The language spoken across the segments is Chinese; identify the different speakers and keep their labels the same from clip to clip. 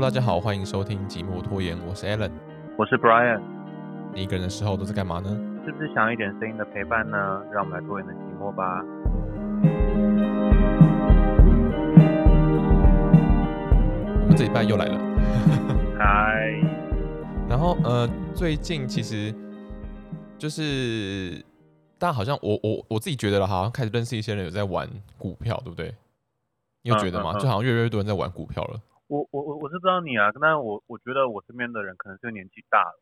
Speaker 1: 大家好，欢迎收听《寂寞拖延》，我是 Alan。
Speaker 2: 我是 Brian，
Speaker 1: 你一个人的时候都在干嘛呢？
Speaker 2: 是不是想要一点声音的陪伴呢？让我们来拖延的寂寞吧。
Speaker 1: 我们这礼拜又来了。
Speaker 2: 嗨，
Speaker 1: 然后呃，最近其实就是大家好像我我我自己觉得了，好像开始认识一些人有在玩股票，对不对？你有觉得吗？
Speaker 2: 嗯嗯嗯
Speaker 1: 就好像越来越多人在玩股票 了。
Speaker 2: 我我我我是不知道你啊，但是我我觉得我身边的人可能是年纪大了，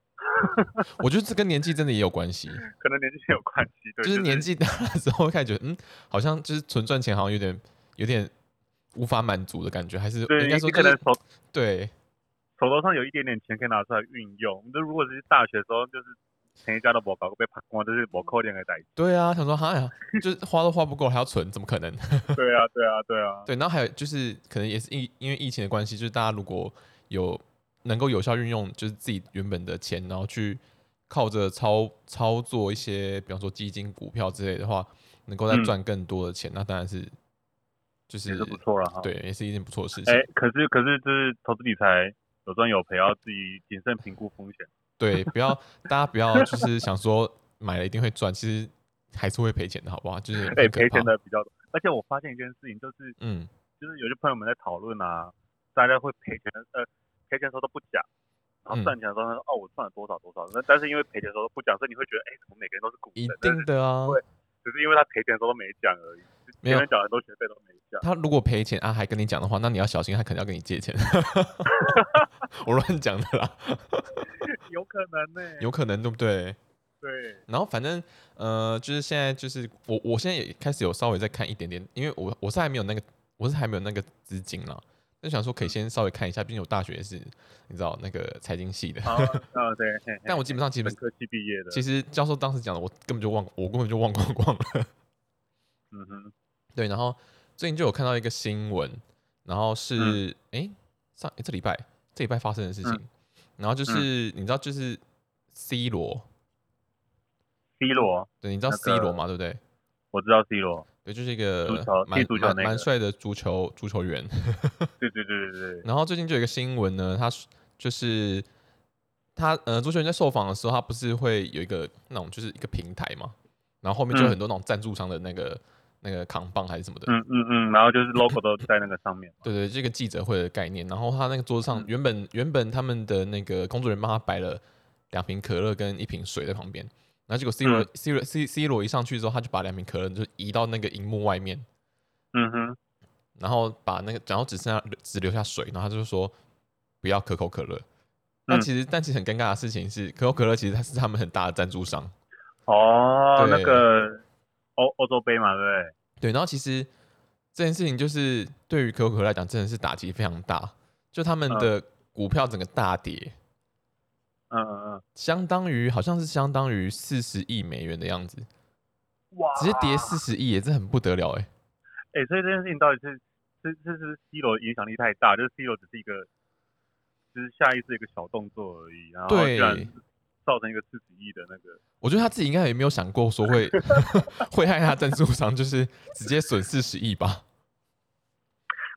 Speaker 1: 我觉得这跟年纪真的也有关系，
Speaker 2: 可能年纪有关系，对，
Speaker 1: 就是年纪大了之后会开始觉得，嗯，好像就是纯赚钱好像有点有点无法满足的感觉，还是
Speaker 2: 对，
Speaker 1: 应该说
Speaker 2: 你
Speaker 1: 就
Speaker 2: 可能
Speaker 1: 是
Speaker 2: 手
Speaker 1: 对
Speaker 2: 手头上有一点点钱可以拿出来运用。就如果是大学的时候，就是钱一家都不搞被拍光，就是不扣点给带。
Speaker 1: 对啊，想说哈呀，就是花都花不够，还要存，怎么可能？
Speaker 2: 对啊，对啊，对啊，
Speaker 1: 对，然后还有就是，可能也是因因为疫情的关系，就是大家如果有能够有效运用，就是自己原本的钱，然后去靠着操操作一些，比方说基金、股票之类的话，能够再
Speaker 2: 嗯
Speaker 1: 赚更多的钱，那当然是就是
Speaker 2: 也是不错了哈。，
Speaker 1: 对，也是一件不错的事情。
Speaker 2: 哎，可是可是就是投资理财有赚有赔，要自己谨慎评估风险。
Speaker 1: 对，不要大家不要就是想说买了一定会赚，其实还是会赔钱的，好不好？就是
Speaker 2: 哎，
Speaker 1: 很可
Speaker 2: 赔钱
Speaker 1: 怕，
Speaker 2: 的比较多，而且我发现一件事情就是。
Speaker 1: 嗯，
Speaker 2: 就是有些朋友们在讨论啊，大家会赔钱的，呃，赔钱的时候都不讲，然后
Speaker 1: 嗯
Speaker 2: 赚钱的时候呢，哦，我赚了多少多少，那但是因为赔钱的时候都不讲，所以你会觉得，哎，怎么每个人都是股神
Speaker 1: 一？
Speaker 2: 但是
Speaker 1: 定的啊。
Speaker 2: 对只是因为他赔钱的时候都没讲而已，
Speaker 1: 没
Speaker 2: 前
Speaker 1: 有
Speaker 2: 面缴很多学费都没讲。
Speaker 1: 他如果赔钱啊，还跟你讲的话，那你要小心，他可能要跟你借钱。 我乱讲的啦，
Speaker 2: 有可能呢、
Speaker 1: 有可能对不对？
Speaker 2: 对，
Speaker 1: 然后反正呃，就是现在就是我，我现在也开始有稍微在看一点点，因为我我是还没有那个，我是还没有那个资金啦，就想说可以先稍微看一下，毕竟我大学是你知道那个财经系的，
Speaker 2: 好，啊对，嘿嘿
Speaker 1: 但我基本上基本
Speaker 2: 本科系毕业的，
Speaker 1: 其实教授当时讲的，我根本就忘，我根本就忘光光了。
Speaker 2: 嗯哼，
Speaker 1: 对，然后最近就有看到一个新闻，然后是
Speaker 2: 嗯
Speaker 1: 哎、诶上诶这礼拜这礼拜发生的事情，然后
Speaker 2: 嗯
Speaker 1: 就是、你知道就是 C 罗，
Speaker 2: C 罗，
Speaker 1: 对，你知道
Speaker 2: 那
Speaker 1: C
Speaker 2: 个
Speaker 1: 罗嘛，对不对？
Speaker 2: 我知道 C 罗，
Speaker 1: 对，就是一
Speaker 2: 足
Speaker 1: 个
Speaker 2: 球踢
Speaker 1: 蛮
Speaker 2: 足球
Speaker 1: 蛮
Speaker 2: 那个
Speaker 1: 蛮帅的足球足球员。
Speaker 2: 对对对对对，
Speaker 1: 然后最近就有一个新闻呢，他是就是他呃，足球员在受访的时候，他不是会有一个那种就是一个平台嘛，然后后面就有
Speaker 2: 嗯
Speaker 1: 很多那种赞助商的那个、那个扛棒还是什么的，
Speaker 2: 嗯嗯嗯，然后就是 logo 都在那个上面嘛，
Speaker 1: 对对，这个记者会的概念。然后他那个桌子上
Speaker 2: 嗯
Speaker 1: 原本、原本他们的那个工作人员帮他摆了两瓶可乐跟一瓶水在旁边，然后结果 C 罗、
Speaker 2: 嗯
Speaker 1: C 罗 C C 罗一上去之后，他就把两瓶可乐就移到那个荧幕外面，
Speaker 2: 嗯哼，
Speaker 1: 然后把那个然后只剩下只留下水，然后他就说不要可口可乐。但
Speaker 2: 嗯
Speaker 1: 其实、但其实很尴尬的事情是，可口可乐其实它是他们很大的赞助商。
Speaker 2: 哦，
Speaker 1: 对
Speaker 2: 那个欧欧洲杯嘛，对不对？
Speaker 1: 对，然后其实这件事情就是对于可口可乐来讲，真的是打击非常大，就他们
Speaker 2: 嗯
Speaker 1: 的股票整个大跌。
Speaker 2: 嗯嗯嗯。
Speaker 1: 相当于好像是相当于四十亿美元的样子，
Speaker 2: 哇
Speaker 1: 直接跌四十亿耶，这很不得了哎。
Speaker 2: 哎、所以这件事情到底是是是是 C 罗影响力太大，就是 C 罗只是一个，就是下意识的一个小动作而已，然后居
Speaker 1: 对
Speaker 2: 然造成一个四十亿的那个，
Speaker 1: 我觉得他自己应该也没有想过说 会会害他赞助商就是直接损四十亿吧？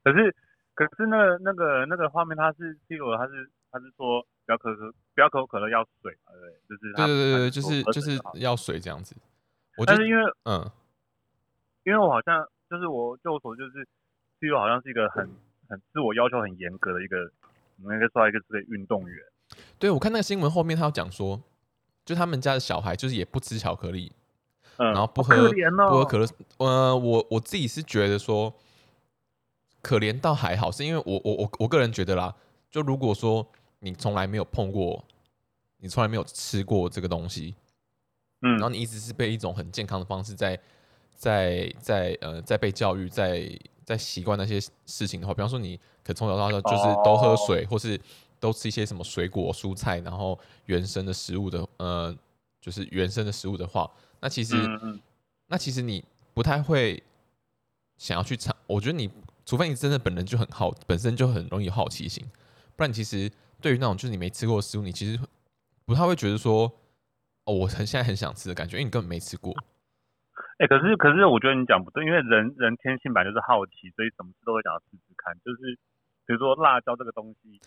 Speaker 2: 可是可是那个那个那个画面，他是 C 罗，他是他是说不要可可不要可口可乐，要水嘛，对不对？就是
Speaker 1: 对
Speaker 2: 他
Speaker 1: 对对对，
Speaker 2: 他
Speaker 1: 就
Speaker 2: 说
Speaker 1: 是
Speaker 2: 喝
Speaker 1: 就
Speaker 2: 水
Speaker 1: 是
Speaker 2: 好
Speaker 1: 要水这样子。我觉
Speaker 2: 但
Speaker 1: 得
Speaker 2: 是因为
Speaker 1: 嗯，
Speaker 2: 因为我好像就是我就我所知就是 C 罗好像是一个很很自我要求很严格的一个，我们应该说他一个是个运动员，
Speaker 1: 对我看那个新闻后面他有讲说，就他们家的小孩就是也不吃巧克力，
Speaker 2: 嗯，
Speaker 1: 然后不
Speaker 2: 好
Speaker 1: 喝、
Speaker 2: 可怜哦，
Speaker 1: 不喝可乐。呃，我我自己是觉得说，可怜倒还好，是因为我我我我个人觉得啦，就如果说你从来没有碰过，你从来没有吃过这个东西，
Speaker 2: 嗯
Speaker 1: 然后你一直是被一种很健康的方式在在在呃在被教育，在在习惯那些事情的话，比方说你可能从小到大就是都喝
Speaker 2: 哦
Speaker 1: 水，或是都吃一些什么水果、蔬菜，然后原生的食物的呃，就是原生的食物的话，那其实、
Speaker 2: 嗯嗯
Speaker 1: 那其实你不太会想要去尝，我觉得你除非你真的本人就很好，本身就很容易有好奇心，不然你其实对于那种就是你没吃过的食物，你其实不太会觉得说哦，我很现在很想吃的感觉，因为你根本没吃过。
Speaker 2: 哎、可是可是我觉得你讲不对，因为人人天性本来就是好奇，所以什么事都会想要试试看。就是比如说辣椒这个东西，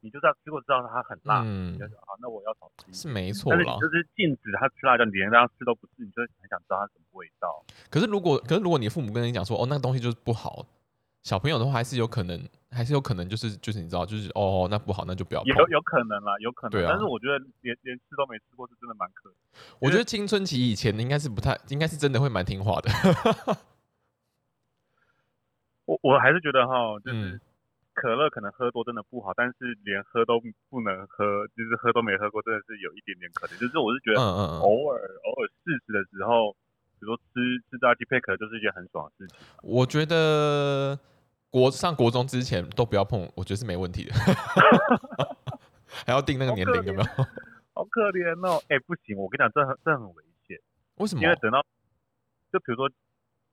Speaker 2: 你就知道，如果知道它很辣，
Speaker 1: 嗯
Speaker 2: 你就，说好，那我要少吃一点。
Speaker 1: 是没错
Speaker 2: 但是你
Speaker 1: 啦。
Speaker 2: 就是禁止他吃辣椒，你连让他吃都不是，你就会很想知道它什么味道。
Speaker 1: 可是如果可是如果你父母跟你讲说哦那个东西就是不好，小朋友的话还是有可能还是有可能就是就是你知道就是哦那不好那就不要碰
Speaker 2: 有。有可能啦，有可能。
Speaker 1: 对啊
Speaker 2: 但是我觉得连连吃都没吃过，是真的蛮可怜。
Speaker 1: 我觉得青春期以前应该是不太应该是真的会蛮听话的。
Speaker 2: 我我还是觉得哈，就是
Speaker 1: 嗯
Speaker 2: 可乐可能喝多真的不好，但是连喝都不能喝，就是喝都没喝过，真的是有一点点可怜。就是我是觉
Speaker 1: 嗯
Speaker 2: 得
Speaker 1: 嗯嗯，
Speaker 2: 偶尔、偶尔适时的时候，比如说吃吃炸鸡配可乐就是一件很爽的事情。
Speaker 1: 我觉得国上国中之前都不要碰，我觉得是没问题的。 还要定那个年龄有没有？
Speaker 2: 好可怜哦，哎、不行，我跟你讲，这很这很危险。
Speaker 1: 为什么
Speaker 2: 因？为等到，就比如说，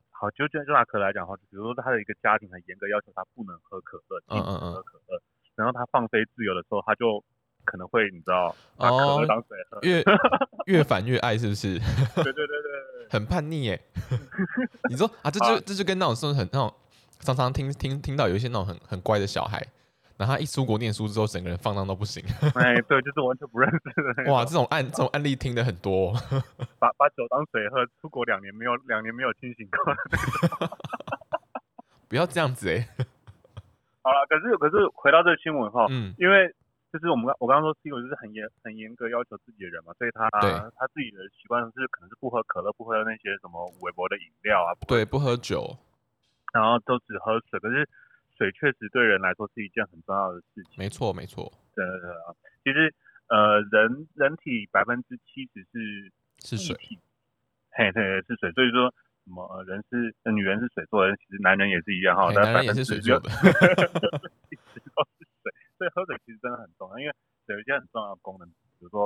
Speaker 2: 好，就就就拿可乐来讲的话，就比如说他的一个家庭很严格要求他不能喝可乐，
Speaker 1: 嗯
Speaker 2: 禁
Speaker 1: 嗯
Speaker 2: 止
Speaker 1: 嗯
Speaker 2: 喝可乐，然后他放飞自由的时候，他就可能会你知道拿可
Speaker 1: 哦
Speaker 2: 乐当水喝，
Speaker 1: 越越反越爱是不是？
Speaker 2: 对对对 对对，
Speaker 1: 很叛逆耶！ 你说啊，这就这就跟那种是很那种常常听听听到有一些那种很很乖的小孩，然后他一出国念书之后，整个人放荡到不行。
Speaker 2: 哎，对，就是完全不认识的那种，
Speaker 1: 哇，这种案这种案例听的很多、哦。
Speaker 2: 把把酒当水喝，出国两年没有两年没有清醒过。
Speaker 1: 不要这样子哎。
Speaker 2: 好了，可是可是回到这个新闻哈，
Speaker 1: 嗯
Speaker 2: 因为就是我们刚我刚刚说 C 友就是很严很严格要求自己的人嘛，所以他
Speaker 1: 对
Speaker 2: 他自己的习惯是可能是不喝可乐，不喝那些什么微博的饮料啊，不喝
Speaker 1: 对，不喝酒。
Speaker 2: 然后都只喝水，可是水确实对人来说是一件很重要的事情。
Speaker 1: 没错，没错，
Speaker 2: 对对对啊，其实呃，人人体百分之七十
Speaker 1: 是
Speaker 2: 是
Speaker 1: 水
Speaker 2: 液。体，嘿对对是水，所以说什么、呃、人是、呃女人是水做的人，其实男人也是一样
Speaker 1: 哎，
Speaker 2: 哈但。
Speaker 1: 男人也是水做的
Speaker 2: 其实都是水，所以喝水其实真的很重要，因为水有一些很重要的功能，比如说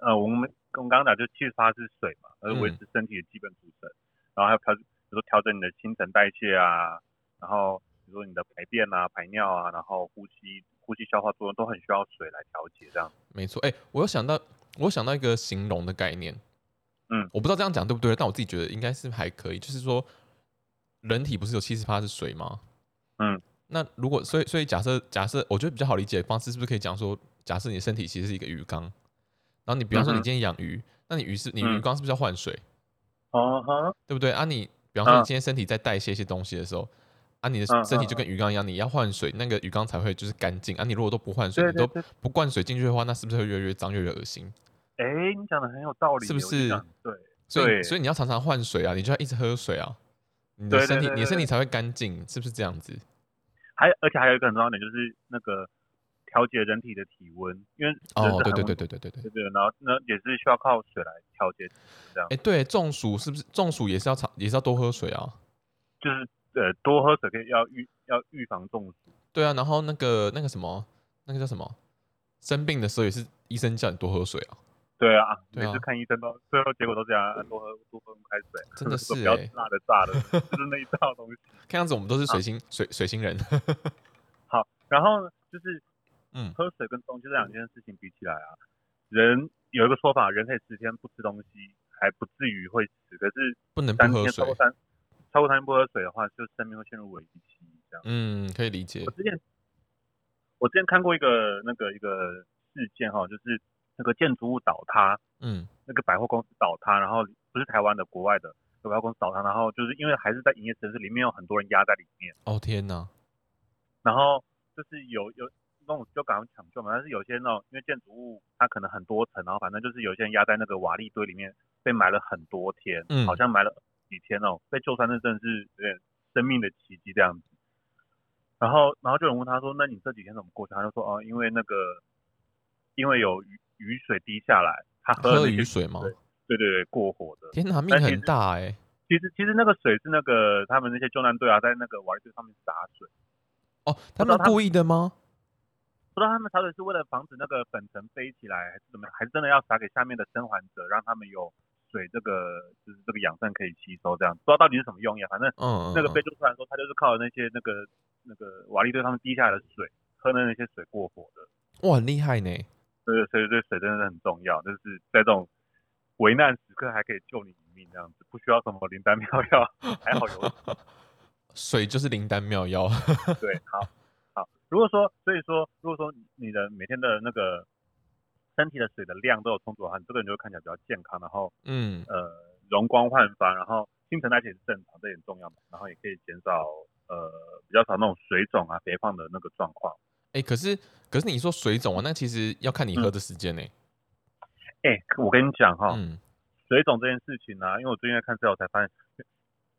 Speaker 2: 呃我们我们刚刚讲就七十八是水嘛，而维
Speaker 1: 嗯
Speaker 2: 持身体的基本组成，然后还有调比如说调整你的新陈代谢啊，然后比如说你的排便啊、排尿啊，然后呼吸、呼吸消化作用都很需要水来调节，这样。
Speaker 1: 没错，哎、我有想到，我有想到一个形容的概念，
Speaker 2: 嗯
Speaker 1: 我不知道这样讲对不对，但我自己觉得应该是还可以，就是说，人体不是有七十趴是水吗？
Speaker 2: 嗯，
Speaker 1: 那如果所以所以假设假设，我觉得比较好理解的方式是不是可以讲说，假设你身体其实是一个鱼缸，然后你比方说你
Speaker 2: 嗯哼
Speaker 1: 今天养鱼，那你鱼是你
Speaker 2: 嗯
Speaker 1: 鱼缸是不是要换水，
Speaker 2: 哦哈，
Speaker 1: 对不对？啊你，比方说你
Speaker 2: 嗯
Speaker 1: 今天身体在代谢一些东西的时候。啊，你的
Speaker 2: 嗯
Speaker 1: 身体
Speaker 2: 嗯
Speaker 1: 就跟鱼缸一样，你要换水，那个鱼缸才会就是干净。啊，你如果都不换水，
Speaker 2: 对
Speaker 1: 你
Speaker 2: 对
Speaker 1: 都
Speaker 2: 对，
Speaker 1: 不灌水进去的话，那是不是会越来越脏，越来越恶心？
Speaker 2: 哎，你讲的很有道理，
Speaker 1: 是不
Speaker 2: 我就是想对，
Speaker 1: 所以
Speaker 2: 对
Speaker 1: 所以你要常常换水啊，你就要一直喝水啊，你的
Speaker 2: 对对
Speaker 1: 身体
Speaker 2: 对
Speaker 1: 你的身体
Speaker 2: 对
Speaker 1: 才会干净，是不是这样子？
Speaker 2: 还而且还有一个很重要的点就是那个调节人体的体温，因为人是
Speaker 1: 哦，对对
Speaker 2: 恒
Speaker 1: 对
Speaker 2: 温
Speaker 1: 对对对对，
Speaker 2: 对对，然后那也是需要靠水来调节，这样
Speaker 1: 哎，对，中暑是不是中暑也是要常也是要多喝水啊？
Speaker 2: 就是呃多喝水可以要预要预防中暑，
Speaker 1: 对啊，然后那个那个什么那个叫什么，生病的时候也是医生叫你多喝水啊，
Speaker 2: 对啊，
Speaker 1: 对
Speaker 2: 每
Speaker 1: 啊
Speaker 2: 次看医生都最后结果都这样，多喝多喝温开水，
Speaker 1: 真的
Speaker 2: 说
Speaker 1: 是
Speaker 2: 不要
Speaker 1: 哎
Speaker 2: 吃辣的炸的，就是那一道东西。
Speaker 1: 看样子我们都是
Speaker 2: 嗯
Speaker 1: 水星水水星人，
Speaker 2: 好，然后呢，就是，
Speaker 1: 嗯
Speaker 2: 喝水跟东西这两件事情比起来啊，人有一个说法，人可以十天不吃东西还不至于会死，可是
Speaker 1: 不能不
Speaker 2: 三
Speaker 1: 喝
Speaker 2: 天
Speaker 1: 水
Speaker 2: 超过，三超过三天不喝水的话，就生命会陷入危机期这样。
Speaker 1: 嗯，可以理解
Speaker 2: 我，之前我之前看过一个那个一个事件哈、就是那个建筑物倒塌，
Speaker 1: 嗯
Speaker 2: 那个百货公司倒塌，然后不是台湾的，国外的有百货公司倒塌，然后就是因为还是在营业城市里面有很多人压在里面，
Speaker 1: 哦天哪，
Speaker 2: 然后就是有有那种就赶快抢救嘛，但是有些那种因为建筑物它可能很多层，然后反正就是有些人压在那个瓦砾堆里面被埋了很多天，
Speaker 1: 嗯
Speaker 2: 好像埋了几天哦，被救出来那真的是有点生命的奇迹这样子。然后然后就有人问他说，那你这几天怎么过去？他就说哦，因为那个因为有雨雨水滴下来，他喝了
Speaker 1: 喝
Speaker 2: 呃那些
Speaker 1: 雨水吗？
Speaker 2: 对对对过火的。
Speaker 1: 天哪，命
Speaker 2: 但其
Speaker 1: 很
Speaker 2: 实
Speaker 1: 大哎，
Speaker 2: 其实其实那个水是那个他们那些救难队啊，在那个瓦砾堆上面洒水。
Speaker 1: 哦，他
Speaker 2: 不知道
Speaker 1: 们
Speaker 2: 他
Speaker 1: 故意的吗？
Speaker 2: 不知道他们洒水是为了防止那个粉尘飞起来，还是怎么样，还是真的要洒给下面的生还者，让他们有水这个就是这个养分可以吸收，这样不知道到底是什么用意、啊。反正
Speaker 1: 嗯，嗯
Speaker 2: 那个
Speaker 1: 嗯
Speaker 2: 被救出来的时候，他就是靠那些那个那个瓦砾堆上面滴下来的水，喝的那些水过火的。
Speaker 1: 哇，很厉害呢！
Speaker 2: 对，所以对水真的是很重要，就是在这种危难时刻还可以救你一命，这样子不需要什么灵丹妙 药，还好有
Speaker 1: 水就是灵丹妙药，
Speaker 2: 对，好，好，如果说，所以说，如果说你的每天的那个身体的水的量都有充足的话，你这个人就会看起来比较健康，然后
Speaker 1: 嗯，
Speaker 2: 呃容光焕发，然后新陈代谢也是正常，这也很重要嘛。然后也可以减少呃比较少那种水肿啊、肥胖的那个状况。
Speaker 1: 哎、可是可是你说水肿啊，那其实要看你
Speaker 2: 嗯
Speaker 1: 喝的时间呢、
Speaker 2: 哎、我跟你讲哈、
Speaker 1: 嗯，
Speaker 2: 水肿这件事情呢、啊因为我最近在看资料才发现，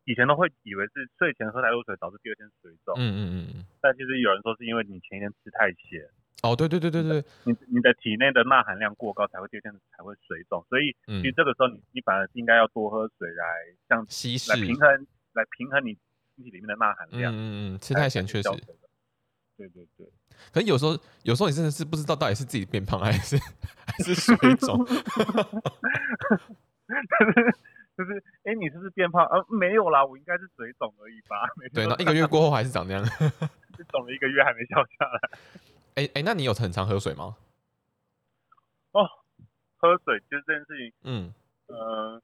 Speaker 2: 以前都会以为是睡前喝太多水导致第二天水肿
Speaker 1: 嗯，嗯嗯嗯，
Speaker 2: 但其实有人说是因为你前一天吃太咸，
Speaker 1: 哦，对对对对对，
Speaker 2: 你你的体内的钠含量过高，才会第二天才会水肿。所以
Speaker 1: 嗯
Speaker 2: 其实，这个时候你你反而是应该要多喝水来像
Speaker 1: 稀释，
Speaker 2: 来平衡来平衡你身体里面的钠含
Speaker 1: 嗯
Speaker 2: 量。
Speaker 1: 嗯嗯，吃太咸确实
Speaker 2: 才，是消水的。对对对，
Speaker 1: 可是有时候有时候你真的是不知道到底是自己变胖还是 还是水 肿，
Speaker 2: 就是哎、诶你是不是变胖？啊，没有啦，我应该是水肿而已吧。每天
Speaker 1: 对，
Speaker 2: 都
Speaker 1: 然后一个月过后还是长那样。
Speaker 2: 是肿了一个月还没消下来。
Speaker 1: 哎、哎、那你有很常喝水吗？
Speaker 2: 喝水就是这件事情，
Speaker 1: 嗯，
Speaker 2: 呃，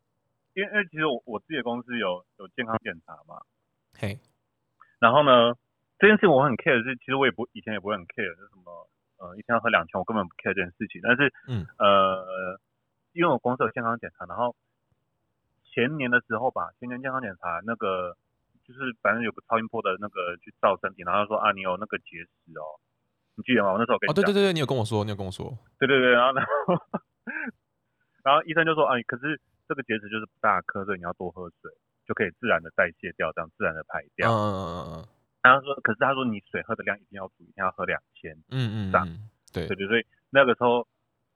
Speaker 2: 因为因为其实我我自己的公司有有健康检查嘛，
Speaker 1: 嘿，
Speaker 2: 然后呢，这件事情我很 care 的是，其实我也不以前也不会很 care，就是什么呃一天要喝两千，我根本不 care 这件事情。但是，
Speaker 1: 嗯，
Speaker 2: 呃，因为我公司有健康检查，然后前年的时候吧，前年健康检查那个就是反正有个超音波的那个去照身体，然后他说啊你有那个结石哦，你记得吗？我那时候跟
Speaker 1: 哦，
Speaker 2: 你
Speaker 1: 对对
Speaker 2: 讲，
Speaker 1: 对对，你有跟我说，你有跟我说，
Speaker 2: 对对对，然后然后然后医生就说啊可是这个结石就是不大颗，所以你要多喝水，就可以自然的代谢掉，这样自然的排
Speaker 1: 嗯
Speaker 2: 掉。
Speaker 1: 嗯嗯
Speaker 2: 他说，可是他说你水喝的量一定要足，一定要喝两千。
Speaker 1: 嗯嗯嗯
Speaker 2: 大
Speaker 1: 嗯，对
Speaker 2: 啊对，对对，那个时候，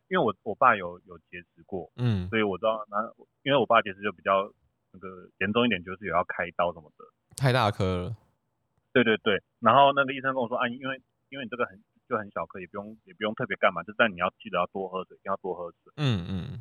Speaker 2: 因为我我爸有有结石过，
Speaker 1: 嗯，
Speaker 2: 所以我知道，那因为我爸结石就比较那个严重一点，就是有要开刀什么的。
Speaker 1: 太大颗了，
Speaker 2: 对对对，然后那个医生跟我说啊，因为因为你这个很就很小颗，也不用也不用特别干嘛，就但你要记得要多喝水，一定要多喝水。
Speaker 1: 嗯嗯，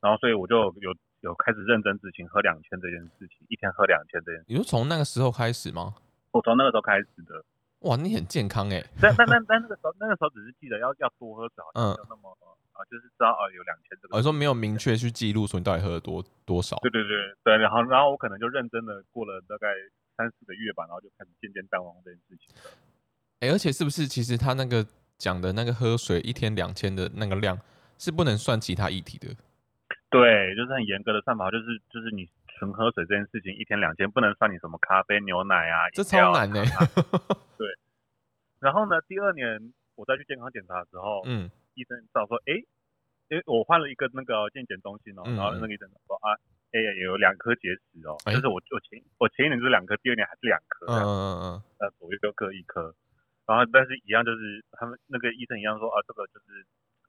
Speaker 2: 然后所以我就有有开始认真执行喝两千这件事情，一天喝两千这件事，
Speaker 1: 你说从那个时候开始吗？
Speaker 2: 我从那个时候开始的。
Speaker 1: 哇，你很健康哎、
Speaker 2: 但但但但那个时候，那个时候只是记得要要多喝水，好像
Speaker 1: 嗯
Speaker 2: 没有那么啊、呃就是知道哦有两千这个。
Speaker 1: 我说没有明确去记录说你到底喝了多多少，
Speaker 2: 对对对对，然后然后我可能就认真的过了大概三四个月吧，然后就开始渐渐淡忘这件事情了。
Speaker 1: 哎、而且是不是其实他那个讲的那个喝水一天两千的那个量是不能算其他议题的，
Speaker 2: 对，就是很严格的算法，就是就是你纯喝水这件事情，一天两千不能算你什么咖啡、牛奶啊，
Speaker 1: 这
Speaker 2: 饮
Speaker 1: 超
Speaker 2: 料啊
Speaker 1: 难欸呢、
Speaker 2: 然后呢，第二年我再去健康检查的时候，
Speaker 1: 嗯
Speaker 2: 医生知道说，哎，因为我换了一个那个健检中心哦，
Speaker 1: 嗯
Speaker 2: 然后
Speaker 1: 嗯
Speaker 2: 那个医生说啊，哎有两颗结石哦，
Speaker 1: 哎
Speaker 2: 就是我我前我前一年就是两颗，第二年还是两颗，
Speaker 1: 嗯嗯嗯嗯，
Speaker 2: 呃左右各一颗，然后但是一样就是他们那个医生一样说啊，这个就是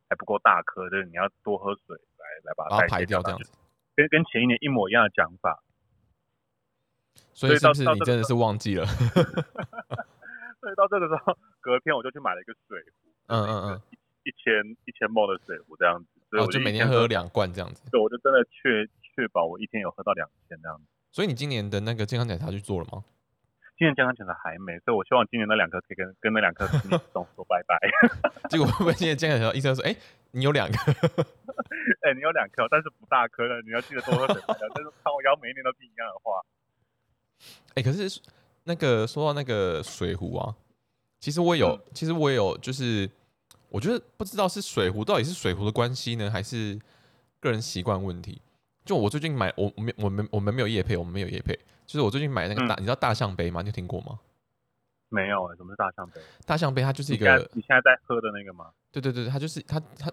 Speaker 2: 还不够大颗，就是你要多喝水来来把
Speaker 1: 把它
Speaker 2: 它代
Speaker 1: 排
Speaker 2: 谢
Speaker 1: 掉
Speaker 2: 然
Speaker 1: 这
Speaker 2: 后
Speaker 1: 样
Speaker 2: 就
Speaker 1: 子，
Speaker 2: 跟跟前一年一模一样的讲法，
Speaker 1: 所以
Speaker 2: 所以
Speaker 1: 是不是
Speaker 2: 到到
Speaker 1: 你
Speaker 2: 这
Speaker 1: 真的
Speaker 2: 个
Speaker 1: 是忘记了？
Speaker 2: 所以到这个时候，隔天我就去买了一个水壶，
Speaker 1: 嗯嗯
Speaker 2: 一千一千沫的水壶这样子，所
Speaker 1: 嗯，
Speaker 2: 以
Speaker 1: 哦，
Speaker 2: 我
Speaker 1: 就每
Speaker 2: 一
Speaker 1: 天
Speaker 2: 天
Speaker 1: 喝，两罐这样子。
Speaker 2: 对，我就真的确确保我一天有喝到两千这样子。
Speaker 1: 所以你今年的那个健康检查去做了吗？
Speaker 2: 今年健康检查还没，所以我希望今年那两颗可以跟跟那两颗 听众说拜 拜。
Speaker 1: 结果会不会今年健康检查医生说，哎、你有两个？
Speaker 2: 哎、你有两颗，但是不大颗的，你要记得多喝水。但是看我腰每一年都听一样的话，
Speaker 1: 哎、可是那个说到那个水壶啊，其实我有，
Speaker 2: 嗯
Speaker 1: 其实我有，就是我觉得不知道是水壶到底是水壶的关系呢，还是个人习惯问题。就我最近买，我我没我们我们没有夜配，我们没有夜配，就是我最近买那个大，你知道大象杯吗？你有听过吗？
Speaker 2: 没有哎、什么是大象杯？
Speaker 1: 大象杯它就是一
Speaker 2: 你现在
Speaker 1: 个，
Speaker 2: 你现在在喝的那个吗？
Speaker 1: 对对对，它就是它它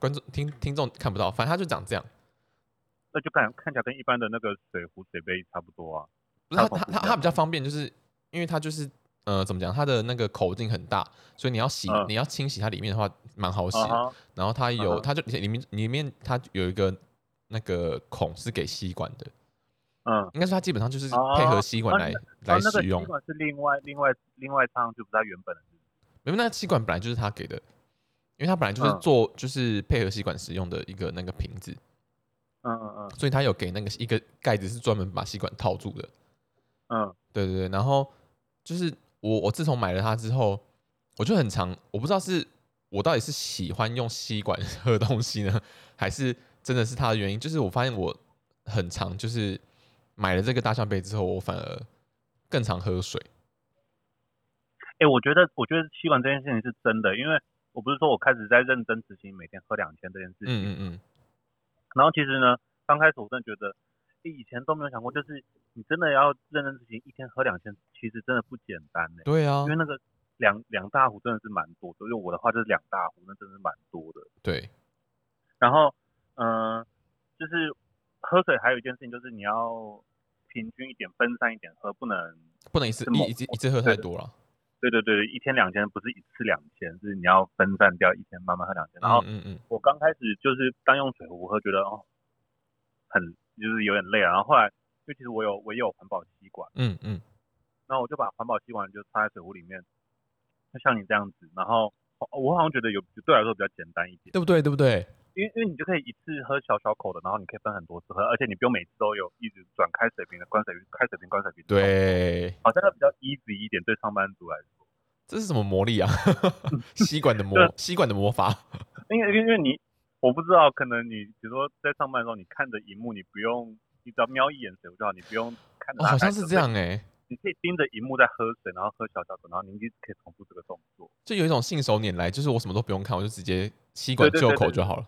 Speaker 1: 观众听听众看不到，反正它就长这样。
Speaker 2: 那就看看起来跟一般的那个水壶、水杯差不多啊。
Speaker 1: 不是它
Speaker 2: 它
Speaker 1: 它
Speaker 2: 口
Speaker 1: 它
Speaker 2: 径比较
Speaker 1: 它比较方便，就是因为它就是呃怎么讲，它的那个口径很大，所以你要洗、
Speaker 2: 嗯
Speaker 1: 你要清洗它里面的话蛮好洗的。
Speaker 2: 啊哈，
Speaker 1: 然后它有、
Speaker 2: 嗯哼
Speaker 1: 它就里面里面它有一个那个孔是给吸管的，
Speaker 2: 嗯，
Speaker 1: 应该说它基本上就是
Speaker 2: 哦
Speaker 1: 配合吸管
Speaker 2: 哦
Speaker 1: 来、来
Speaker 2: 然后那个
Speaker 1: 使用
Speaker 2: 吸。管是另外另外另外唱，就不是它原本的。
Speaker 1: 没有，那个吸管本来就是它给的，因为它本来就是
Speaker 2: 嗯
Speaker 1: 做、就是配合吸管使用的一个那个瓶子，
Speaker 2: 嗯嗯
Speaker 1: 所以它有给那个一个盖子是专门把吸管套住的。
Speaker 2: 嗯嗯，
Speaker 1: 对对对，然后就是我我自从买了它之后，我就很常我不知道是我到底是喜欢用吸管 喝东西呢，还是真的是它的原因。就是我发现我很常就是买了这个大象杯之后，我反而更常喝水。
Speaker 2: 哎、我觉得我觉得吸管这件事情是真的，因为我不是说我开始在认真执行每天喝两千这件事情，
Speaker 1: 嗯嗯嗯，
Speaker 2: 然后其实呢，刚开始我真的觉得，诶以前都没有想过，就是你真的要认真执行，一天喝两千，其实真的不简单呢、
Speaker 1: 对啊
Speaker 2: 因为，那个两两大壶真的是蛮多的，因为我的话就是两大壶，那真的是蛮多的。
Speaker 1: 对，
Speaker 2: 然后，嗯、就是喝水还有一件事情就是你要平均一点，分散一点喝，不能，
Speaker 1: 不能一次
Speaker 2: 是
Speaker 1: 一
Speaker 2: 猛
Speaker 1: 一次一次喝
Speaker 2: 对
Speaker 1: 太
Speaker 2: 的
Speaker 1: 多了。
Speaker 2: 对对对，一天两千不是一次两千，是你要分散掉，一天慢慢喝两千。然后
Speaker 1: 嗯嗯嗯，
Speaker 2: 我刚开始就是单用水壶喝，觉得哦，很就是有点累啊。然后后来，因为其实我有我也有环保吸管，
Speaker 1: 嗯嗯，
Speaker 2: 然后我就把环保吸管就插在水壶里面，就像你这样子。然后哦我好像觉得有对我来说比较简单一点，
Speaker 1: 对不对？对不对？
Speaker 2: 因为因为你就可以一次喝小小口的，然后你可以分很多次喝，而且你不用每次都有一直转开水瓶的、关水瓶、开水瓶、关水瓶。，
Speaker 1: 对，
Speaker 2: 好像要比较 easy 一点，对上班族来说。
Speaker 1: 这是什么魔力啊？ 吸管的魔
Speaker 2: 对，
Speaker 1: 吸管的魔法。
Speaker 2: 因为因为你我不知道，可能你比如说在上班的时候，你看着荧幕，你不用，你只要瞄一眼水壶就好，你不用看着、
Speaker 1: 哦，好像是这样，哎、
Speaker 2: 你可以盯着荧幕在喝水，然后喝小小口，然后你一直可以重复这个动作，
Speaker 1: 就有一种信手拈来，就是我什么都不用看，我就直接吸管
Speaker 2: 对对
Speaker 1: 就
Speaker 2: 对
Speaker 1: 口
Speaker 2: 对
Speaker 1: 就好 了。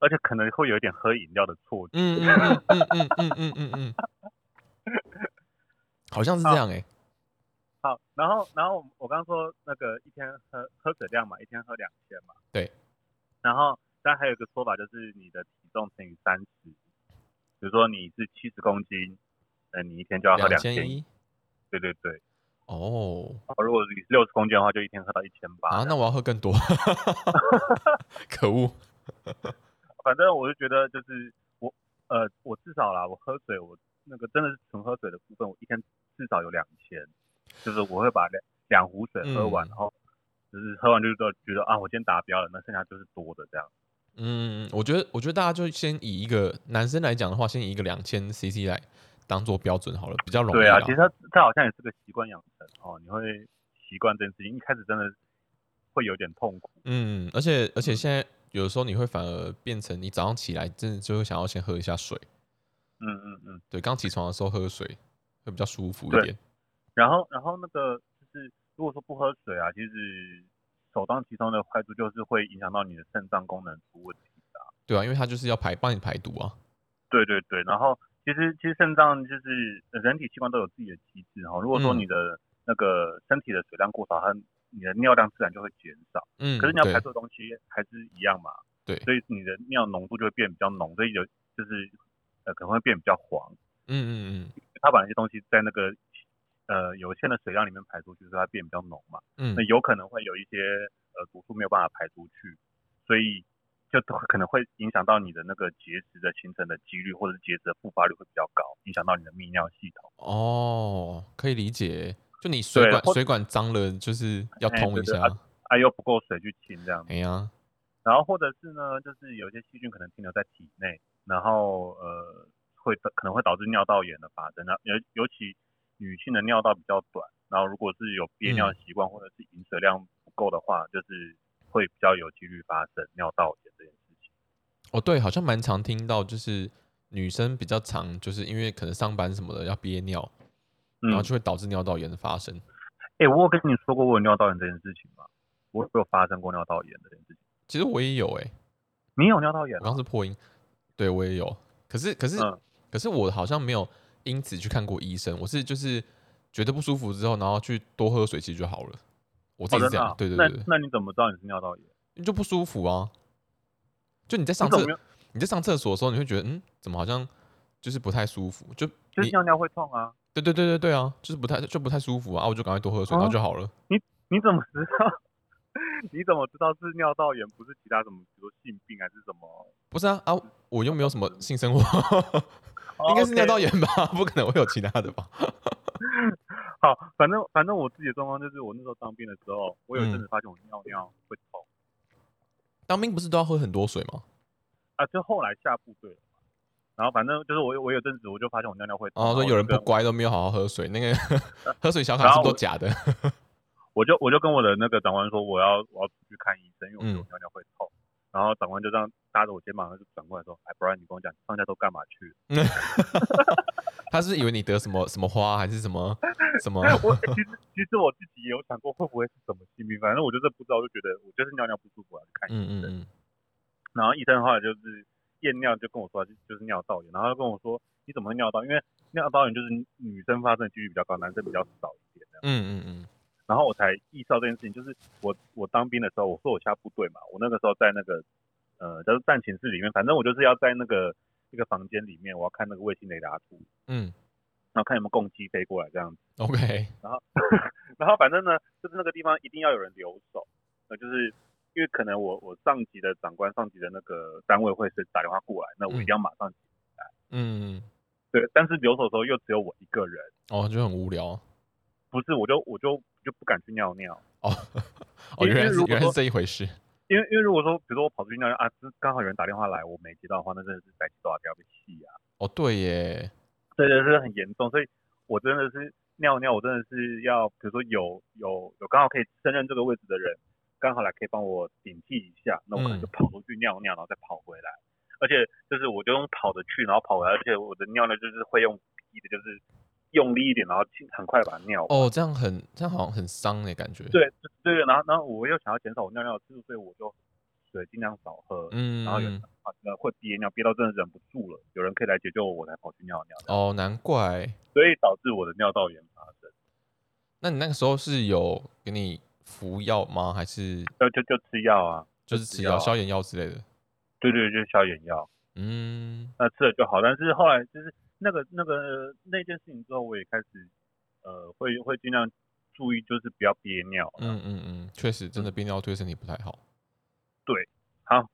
Speaker 2: 而且可能会有一点喝饮料的错觉。
Speaker 1: 嗯嗯嗯嗯嗯嗯嗯嗯，好像是这样哎、
Speaker 2: 好，然后然后我刚刚说那个一天喝喝水量嘛，一天喝两千嘛。
Speaker 1: 对。
Speaker 2: 然后，但还有一个说法就是你的体重乘以三十，比如说你是七十公斤，呃，你一天就要喝两
Speaker 1: 千
Speaker 2: 一。
Speaker 1: 一
Speaker 2: 对对对。
Speaker 1: 哦
Speaker 2: 然后如果你是六十公斤的话，就一天喝到一千八。
Speaker 1: 啊，那我要喝更多， 可恶，
Speaker 2: 反正我就觉得就是我呃，我至少啦，我喝水我那个真的是纯喝水的部分，我一天至少有两千，就是我会把两两壶水喝完，
Speaker 1: 嗯
Speaker 2: 然后就是喝完就是说觉得啊，我今天达标了，那剩下就是多的这样。
Speaker 1: 嗯，我觉得我觉得大家就先以一个男生来讲的话，先以一个两千 CC 来当做标准好了，比较容易
Speaker 2: 对啊，
Speaker 1: 啦
Speaker 2: 其实它它好像也是个习惯养成哦，你会习惯这件事情，一开始真的会有点痛苦。
Speaker 1: 嗯，而且而且
Speaker 2: 嗯
Speaker 1: 现在有时候你会反而变成你早上起来真的就会想要先喝一下水，
Speaker 2: 嗯嗯嗯。
Speaker 1: 对，刚起床的时候喝水会比较舒服一
Speaker 2: 对
Speaker 1: 点。
Speaker 2: 然后，然后那个就是，如果说不喝水啊，其实首当其冲的坏处就是会影响到你的肾脏功能出问题的啊、
Speaker 1: 对啊，因为它就是要排帮你排毒啊。
Speaker 2: 对对对，然后其实其实肾脏就是呃人体器官都有自己的机制哈、哦。如果说
Speaker 1: 嗯
Speaker 2: 你的那个身体的水量过少，它你的尿量自然就会减少。
Speaker 1: 嗯，
Speaker 2: 可是你要
Speaker 1: 对
Speaker 2: 排出的东西还是一样嘛，
Speaker 1: 对
Speaker 2: 所以你的尿浓度就会变比较浓，所以有就是呃可能会变比较黄。
Speaker 1: 嗯嗯
Speaker 2: 它把那些东西在那个呃有限的水量里面排出去，所以它变比较浓嘛。
Speaker 1: 嗯
Speaker 2: 那
Speaker 1: 嗯，
Speaker 2: 有可能会有一些呃毒素没有办法排出去，所以就都可能会影响到你的那个结石的形成的几率，或者是结石的复发率会比较高，影响到你的泌尿系统。
Speaker 1: 哦，可以理解。就你水
Speaker 2: 对
Speaker 1: 管
Speaker 2: 或
Speaker 1: 水管脏了，就是要
Speaker 2: 哎
Speaker 1: 通
Speaker 2: 对
Speaker 1: 一
Speaker 2: 对
Speaker 1: 下
Speaker 2: 啊。啊，又不够水去清这样子
Speaker 1: 哎，呀，
Speaker 2: 然后或者是呢，就是有一些细菌可能停留在体内，然后呃会可能会导致尿道炎的发生。那尤尤其女性的尿道比较短，然后如果是有憋尿的习惯、或者是饮水量不够的话，就是会比较有几率发生尿道炎这件事情。
Speaker 1: 哦对，好像蛮常听到，就是女生比较常，就是因为可能上班什么的要憋尿，然后
Speaker 2: 嗯
Speaker 1: 就会导致尿道炎的发生。
Speaker 2: 哎、我有跟你说过我有尿道炎这件事情吗？我我有发生过尿道炎这件事情。
Speaker 1: 其实我也有哎、
Speaker 2: 你有尿道炎
Speaker 1: 我
Speaker 2: 啊、
Speaker 1: 刚是破音，对我也有。可是可是、
Speaker 2: 嗯
Speaker 1: 可是我好像没有因此去看过医生，我是就是觉得不舒服之后，然后去多喝水其实就好了。我自
Speaker 2: 哦，
Speaker 1: 己是
Speaker 2: 真
Speaker 1: 这
Speaker 2: 的
Speaker 1: 样，
Speaker 2: 啊、
Speaker 1: 对对对对。
Speaker 2: 那那你怎么知道你是尿道炎？
Speaker 1: 你就不舒服啊。就你在上
Speaker 2: 你怎
Speaker 1: 厕
Speaker 2: 么没有
Speaker 1: 你在上厕所的时候，你会觉得嗯，怎么好像就是不太舒服？就
Speaker 2: 就是
Speaker 1: 你
Speaker 2: 尿尿会痛啊？
Speaker 1: 对对对对对啊，就是不太就不太舒服啊，啊我就赶快多喝水，然后
Speaker 2: 啊
Speaker 1: 就好了。
Speaker 2: 你怎么知道？ 你怎么知道是尿道炎，不是其他什么，比如说性病还是什么？
Speaker 1: 不是啊啊，我又没有什么性生活，
Speaker 2: 哦
Speaker 1: 应该是尿道炎吧？不可能会有其他的吧？
Speaker 2: 哦，OK。好，反正反正我自己的状况就是，我那时候当兵的时候，我有一
Speaker 1: 嗯
Speaker 2: 阵子发现我尿尿会痛、
Speaker 1: 当兵不是都要喝很多水吗？
Speaker 2: 啊，就后来下部队了嘛。然后反正就是我有我有阵子我就发现我尿尿会痛，
Speaker 1: 哦，
Speaker 2: 然后
Speaker 1: 说
Speaker 2: 我
Speaker 1: 有人
Speaker 2: 就跟
Speaker 1: 不乖都没有好好喝水，那个喝水小卡是不是都假的？
Speaker 2: 我就我就跟我的那个长官说，我要我要出去看医生，因为我觉
Speaker 1: 嗯
Speaker 2: 得我尿尿会痛。然后长官就这样搭着我肩膀，就转过来说：“哎，不然你跟我讲，上下都干嘛去？
Speaker 1: 他是以为你得什么什么花还是什么什 么？
Speaker 2: 我欸其实其实我自己也有想过会不会是什么性病，反正我就是不知道，就觉得我就是尿尿不舒服啊，就看医
Speaker 1: 嗯
Speaker 2: 生。
Speaker 1: 嗯嗯，
Speaker 2: 然后医生后来就是验尿就跟我说，就就是尿道炎，然后他跟我说你怎么会尿道？因为尿道炎就是女生发生的几率比较高，男生比较少一点这样。
Speaker 1: 嗯嗯嗯，
Speaker 2: 然后我才意识到这件事情，就是我我当兵的时候，我说我下部队嘛，我那个时候在那个呃叫做战情室里面，反正我就是要在那个一个房间里面，我要看那个卫星雷达图，
Speaker 1: 嗯
Speaker 2: 然后看有没有共机飞过来这样子。
Speaker 1: ，OK，
Speaker 2: 然后反正呢，就是那个地方一定要有人留守，呃，就是因为可能我我上级的长官、上级的那个单位会是打电话过来，那我一定要马上、
Speaker 1: 嗯，嗯
Speaker 2: 对。但是留守的时候又只有我一个人，
Speaker 1: 哦，就很无聊
Speaker 2: 不是我就我就就不敢去尿尿，
Speaker 1: 哦哦，
Speaker 2: 因为
Speaker 1: 原来是
Speaker 2: 如果
Speaker 1: 原来是
Speaker 2: 说
Speaker 1: 这一回事，
Speaker 2: 因为因为如果说比如说我跑出去尿尿啊，这刚好有人打电话来，我没接到的话，那真的是白起多少掉被气啊，
Speaker 1: 哦对耶，
Speaker 2: 对对是很严重，所以我真的是尿尿，我真的是要比如说有有有刚好可以胜任这个位置的人，刚好来可以帮我顶替一下，那我可能就跑出去尿尿，然后再跑回来，而且就是我就用跑着去，然后跑回来，而且我的尿尿就是会用逼的，就是用力一点，然后轻很快把它尿完。
Speaker 1: 哦这样很这样好像很伤的感觉，，
Speaker 2: 对对，对然后然后我又想要减少我尿尿的次数，所以我就水尽量少喝，
Speaker 1: 嗯，
Speaker 2: 然后有人啊呃会憋尿，憋到真的忍不住了，有人可以来解救我，我才跑去尿尿，
Speaker 1: 哦难怪，
Speaker 2: 所以导致我的尿道炎啊发生。
Speaker 1: 那你那个时候是有给你服药吗？还是
Speaker 2: 就就就吃药啊，
Speaker 1: 就是吃
Speaker 2: 吃
Speaker 1: 药
Speaker 2: 药啊
Speaker 1: 消炎药之类的？
Speaker 2: 对对，就是消炎药，
Speaker 1: 嗯，
Speaker 2: 那吃了就好。但是后来就是那个那个那件事情之后，我也开始呃会会尽量注意，就是不要憋尿。
Speaker 1: 嗯，嗯嗯，确实，真的憋尿对身体不太好。
Speaker 2: 好。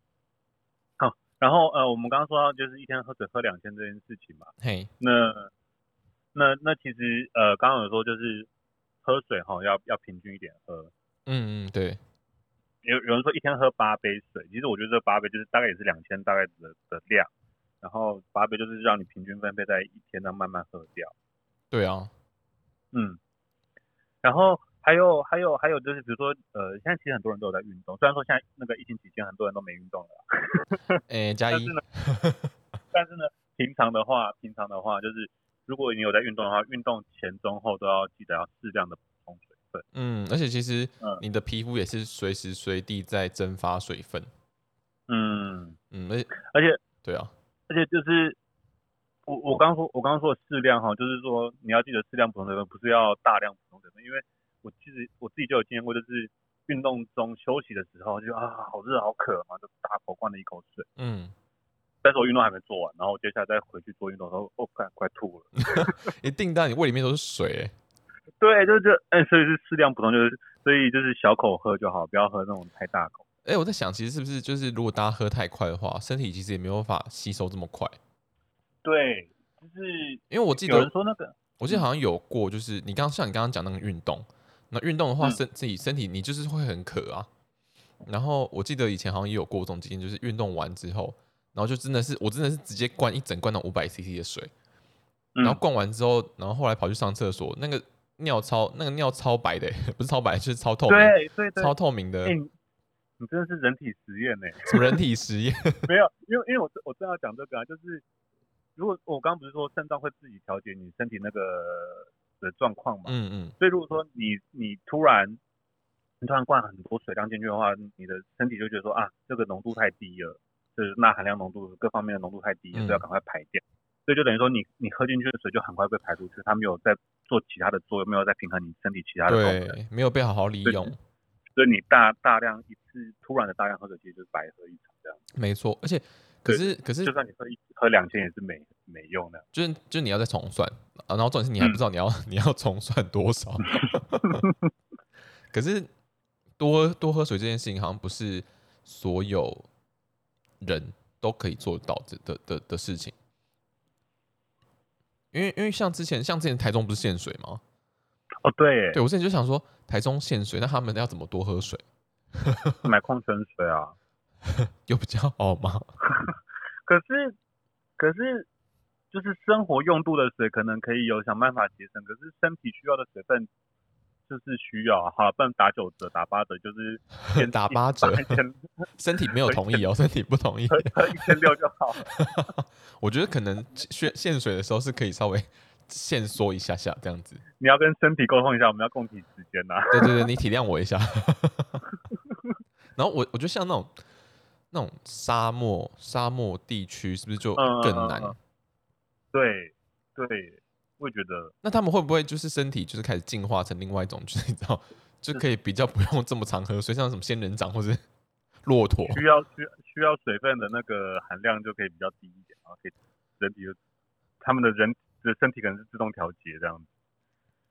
Speaker 2: 然后呃，我们刚刚说到就是一天喝水喝两千这件事情嘛，
Speaker 1: 嘿，
Speaker 2: 那那那其实呃刚刚有说就是喝水哈要要平均一点喝，
Speaker 1: 嗯嗯，对，
Speaker 2: 有有人说一天喝八杯水，其实我觉得这八杯就是大概也是两千大概的的量，然后八杯就是让你平均分配在一天，那慢慢喝掉。
Speaker 1: 对啊，
Speaker 2: 嗯，然后还有还有还有就是，比如说呃，现在其实很多人都有在运动，虽然说现在那个疫情期间很多人都没运动了啦，
Speaker 1: 诶，加
Speaker 2: 但
Speaker 1: 一
Speaker 2: 是，呢，但是呢，平常的话，平常的话就是如果你有在运动的话，运动前中后都要记得要适量的补充水分。
Speaker 1: 嗯，而且其实
Speaker 2: 嗯
Speaker 1: 你的皮肤也是随时随地在蒸发水分，
Speaker 2: 嗯，
Speaker 1: 嗯，而且
Speaker 2: 而且
Speaker 1: 对啊，
Speaker 2: 而且就是我我刚说，我刚刚说的适量哈，就是说你要记得适量补充水分，不是要大量补充水分，因为我其实我自己就有经验过，就是运动中休息的时候就啊好热好渴嘛，就大口灌了一口水，
Speaker 1: 嗯，
Speaker 2: 但是我运动还没做完，然后我接下来再回去做运动的时候，哦，快快吐了，
Speaker 1: 一定到你胃里面都是水欸，
Speaker 2: 对，就是这，哎、所以是适量补充，就是所以就是小口喝就好，不要喝那种太大口。
Speaker 1: 哎、我在想，其实是不是就是如果大家喝太快的话，身体其实也没有办法吸收这么快。
Speaker 2: 对，就是
Speaker 1: 因为我记
Speaker 2: 有人
Speaker 1: 得，
Speaker 2: 说那个，
Speaker 1: 我记得好像有过，就是你刚像你刚刚讲那个运动，那运动的话
Speaker 2: 嗯
Speaker 1: 身、自己身体你就是会很渴啊。然后我记得以前好像也有过这种经验，就是运动完之后，然后就真的是我真的是直接灌一整罐那五百 CC 的水，
Speaker 2: 嗯
Speaker 1: 然后灌完之后，然后后来跑去上厕所，那个尿超那个尿超白的、不是超白，就是超透明，
Speaker 2: 对对对，
Speaker 1: 超透明的
Speaker 2: 哎、你你真的是人体实验呢、
Speaker 1: 什么人体实验。
Speaker 2: 没有，因为因为我我正要讲这个啊，就是如果我刚刚不是说肾脏会自己调节你身体那个的状况嘛，
Speaker 1: 嗯嗯，
Speaker 2: 所以如果说你你突然你突然灌很多水量进去的话，你的身体就觉得说啊，这个浓度太低了，就是钠含量浓度各方面的浓度太低了，
Speaker 1: 嗯
Speaker 2: 所以要赶快排掉。所以就等于说你你喝进去的水就很快被排出去，它没有在做其他的作用，没有在平衡你身体其他的功能，
Speaker 1: 对，没有被好好利
Speaker 2: 对
Speaker 1: 用。
Speaker 2: 所以你大大量一次突然的大量喝水，其实就是白喝一场这样。
Speaker 1: 没错，而且可
Speaker 2: 对
Speaker 1: 是可是
Speaker 2: 就算你喝一喝两千也是没没用的。
Speaker 1: 就是就是你要再重算啊，然后重点是
Speaker 2: 嗯
Speaker 1: 你还不知道你要、 你要重算多少。 可是多多喝水这件事情好像不是所有人都可以做到的的的的事情，因为因为像之前像之前台中不是限水吗？
Speaker 2: 哦，对
Speaker 1: 对我之前就想说台中限水，那他们要怎么多喝水，
Speaker 2: 买矿泉水啊。
Speaker 1: 有比较好吗？
Speaker 2: 可是，可是就是生活用度的水可能可以有想办法节省，可是身体需要的水分就是需要啊。好了，不能打九折，打八折就是 先
Speaker 1: 打八折
Speaker 2: 一千
Speaker 1: 身体没有同意哦，身体不同意。
Speaker 2: 喝一千六就好了。
Speaker 1: 我觉得可能限限水的时候是可以稍微 限缩一下下这样子。
Speaker 2: 你要跟身体沟通一下，我们要共体时间呐、
Speaker 1: 对对对，你体谅我一下。 然后我我觉得像那种那种沙漠沙漠地区，是不是就
Speaker 2: 嗯嗯
Speaker 1: 更
Speaker 2: 嗯
Speaker 1: 难？
Speaker 2: 嗯对对，我也觉得
Speaker 1: 那他们会不会就是身体就是开始进化成另外一种，就是你知道，就可以比较不用这么常喝水，像什么仙人掌或是骆驼？
Speaker 2: 需要需需要水分的那个含量就可以比较低一点，然后可以人体就他们的人的身体可能是自动调节这样子。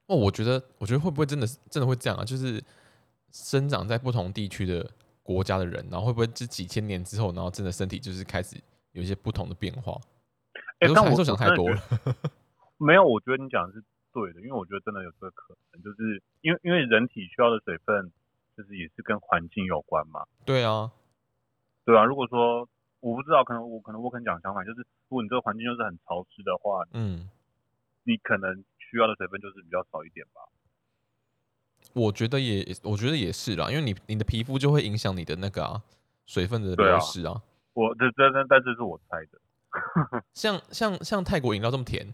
Speaker 1: 哦，我觉得我觉得会不会真的是真的会这样啊？就是生长在不同地区的国家的人，然后会不会这几千年之后，然后真的身体就是开始有一些不同的变化？
Speaker 2: 哎、
Speaker 1: 我
Speaker 2: 但
Speaker 1: 还
Speaker 2: 我
Speaker 1: 是想
Speaker 2: 我
Speaker 1: 太
Speaker 2: 真的
Speaker 1: 多
Speaker 2: 觉
Speaker 1: 了。
Speaker 2: 没有，我觉得你讲的是对的，因为我觉得真的有这个可能，就是因为因为人体需要的水分，就是也是跟环境有关嘛，
Speaker 1: 对啊，
Speaker 2: 对啊，如果说我不知道，可能我可能我可能讲相反，就是如果你这个环境就是很潮湿的话，
Speaker 1: 嗯。
Speaker 2: 你可能需要的水分就是比较少一点吧。
Speaker 1: 我觉得也，我觉得也是啦，因为你你的皮肤就会影响你的那个啊水分的
Speaker 2: 对啊
Speaker 1: 流失啊。
Speaker 2: 我这这这但这是我猜的，
Speaker 1: 像像像泰国饮料这么甜，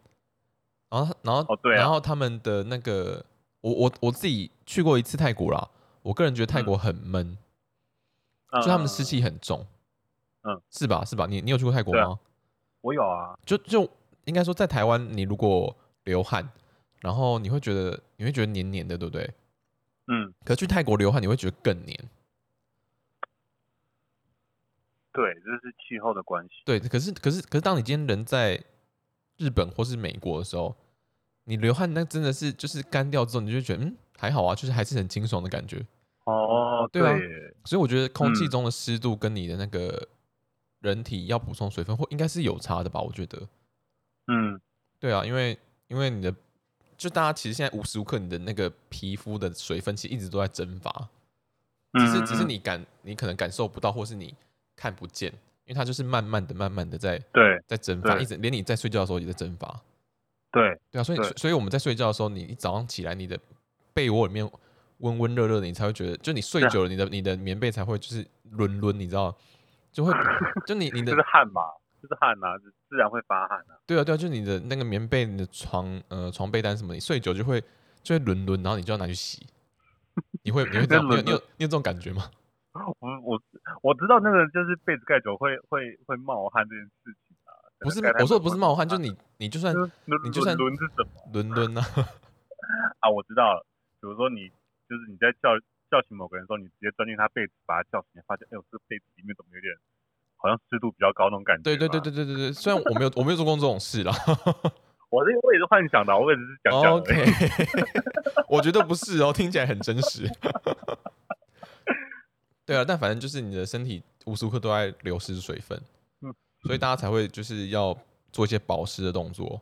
Speaker 1: 然后然后、
Speaker 2: 哦对啊
Speaker 1: 然后他们的那个，我我我自己去过一次泰国啦，我个人觉得泰国很闷，
Speaker 2: 嗯
Speaker 1: 就他们湿，气很重，
Speaker 2: 嗯，
Speaker 1: 是吧是吧？你你有去过泰国
Speaker 2: 对啊
Speaker 1: 吗？
Speaker 2: 我有啊，
Speaker 1: 就就应该说在台湾，你如果流汗，然后你会觉得你会觉得黏黏的，对不对？
Speaker 2: 嗯，
Speaker 1: 可去泰国流汗，你会觉得更黏。
Speaker 2: 对，这是气候的关系。
Speaker 1: 对，可是可是可是，当你今天人在日本或是美国的时候，你流汗那真的是就是干掉之后，你就觉得嗯还好啊，就是还是很清爽的感觉。
Speaker 2: 哦，
Speaker 1: 对啊
Speaker 2: 耶
Speaker 1: 所以我觉得空气
Speaker 2: 嗯
Speaker 1: 中的湿度跟你的那个人体要补充水分，或应该是有差的吧？我觉得，
Speaker 2: 嗯，
Speaker 1: 对啊，因为因为你的就大家其实现在无时无刻你的那个皮肤的水分其实一直都在蒸发，只是
Speaker 2: 嗯
Speaker 1: 只是
Speaker 2: 嗯
Speaker 1: 你感你可能感受不到，或是你看不见，因为它就是慢慢的、慢慢的在
Speaker 2: 对
Speaker 1: 在蒸发，
Speaker 2: 对
Speaker 1: 一直连你在睡觉的时候也在蒸发。
Speaker 2: 对，
Speaker 1: 对啊，所以
Speaker 2: 对
Speaker 1: 所以我们在睡觉的时候，你一早上起来，你的被窝里面温温热热的，你才会觉得，就你睡
Speaker 2: 对啊
Speaker 1: 久了，你的你的棉被才会就是抡抡，你知道，就会 就你你
Speaker 2: 就
Speaker 1: 的
Speaker 2: 是汗嘛，就是汗呐、自自然会发汗啊。
Speaker 1: 对啊对啊，就你的那个棉被、你的床呃床被单什么，你睡久就会就会抡抡，然后你就要拿去洗。你会 你会这样，你有
Speaker 2: 抡
Speaker 1: 你有你有这种感觉 吗？
Speaker 2: 我我我知道那个就是被子盖久会会会冒汗这件事情啊。
Speaker 1: 不是
Speaker 2: 盖太，
Speaker 1: 我说
Speaker 2: 久
Speaker 1: 的不是
Speaker 2: 会
Speaker 1: 冒汗，就 你你就算
Speaker 2: 就是轮
Speaker 1: 你就算
Speaker 2: 轮是什么
Speaker 1: 抡抡 啊，
Speaker 2: 啊？我知道了，比如说你就是你在叫叫醒某个人的时候，你直接钻进他被子把他叫醒，你发现哎呦这个被子里面怎么有点好像湿度比较高那种感觉。
Speaker 1: 对对对，对对对对，虽然我没有我没有做过这种事啦，
Speaker 2: 我这我也是幻想的，我也只是讲讲而已。
Speaker 1: 哦 OK，我觉得不是哦，听起来很真实。 对啊，但反正就是你的身体无时无刻都在流失水分，
Speaker 2: 嗯
Speaker 1: 所以大家才会就是要做一些保湿的动作。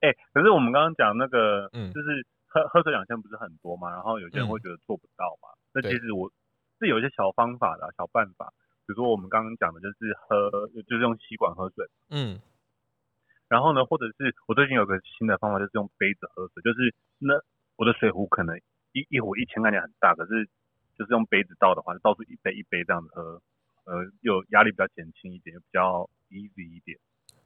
Speaker 2: 哎、可是我们刚刚讲那个，
Speaker 1: 嗯
Speaker 2: 就是喝喝水两千不是很多嘛，然后有些人
Speaker 1: 嗯
Speaker 2: 会觉得做不到嘛。那
Speaker 1: 对
Speaker 2: 其实我是有一些小方法的啊、小办法，比如说我们刚刚讲的就是喝，呃就是用吸管喝水，
Speaker 1: 嗯，
Speaker 2: 然后呢，或者是我最近有个新的方法，就是用杯子喝水，就是那我的水壶可能一一壶一千看起来很大，可是就是用杯子倒的话，就倒出一杯一杯这样子喝，呃，又压力比较减轻一点，又比较 easy 一点。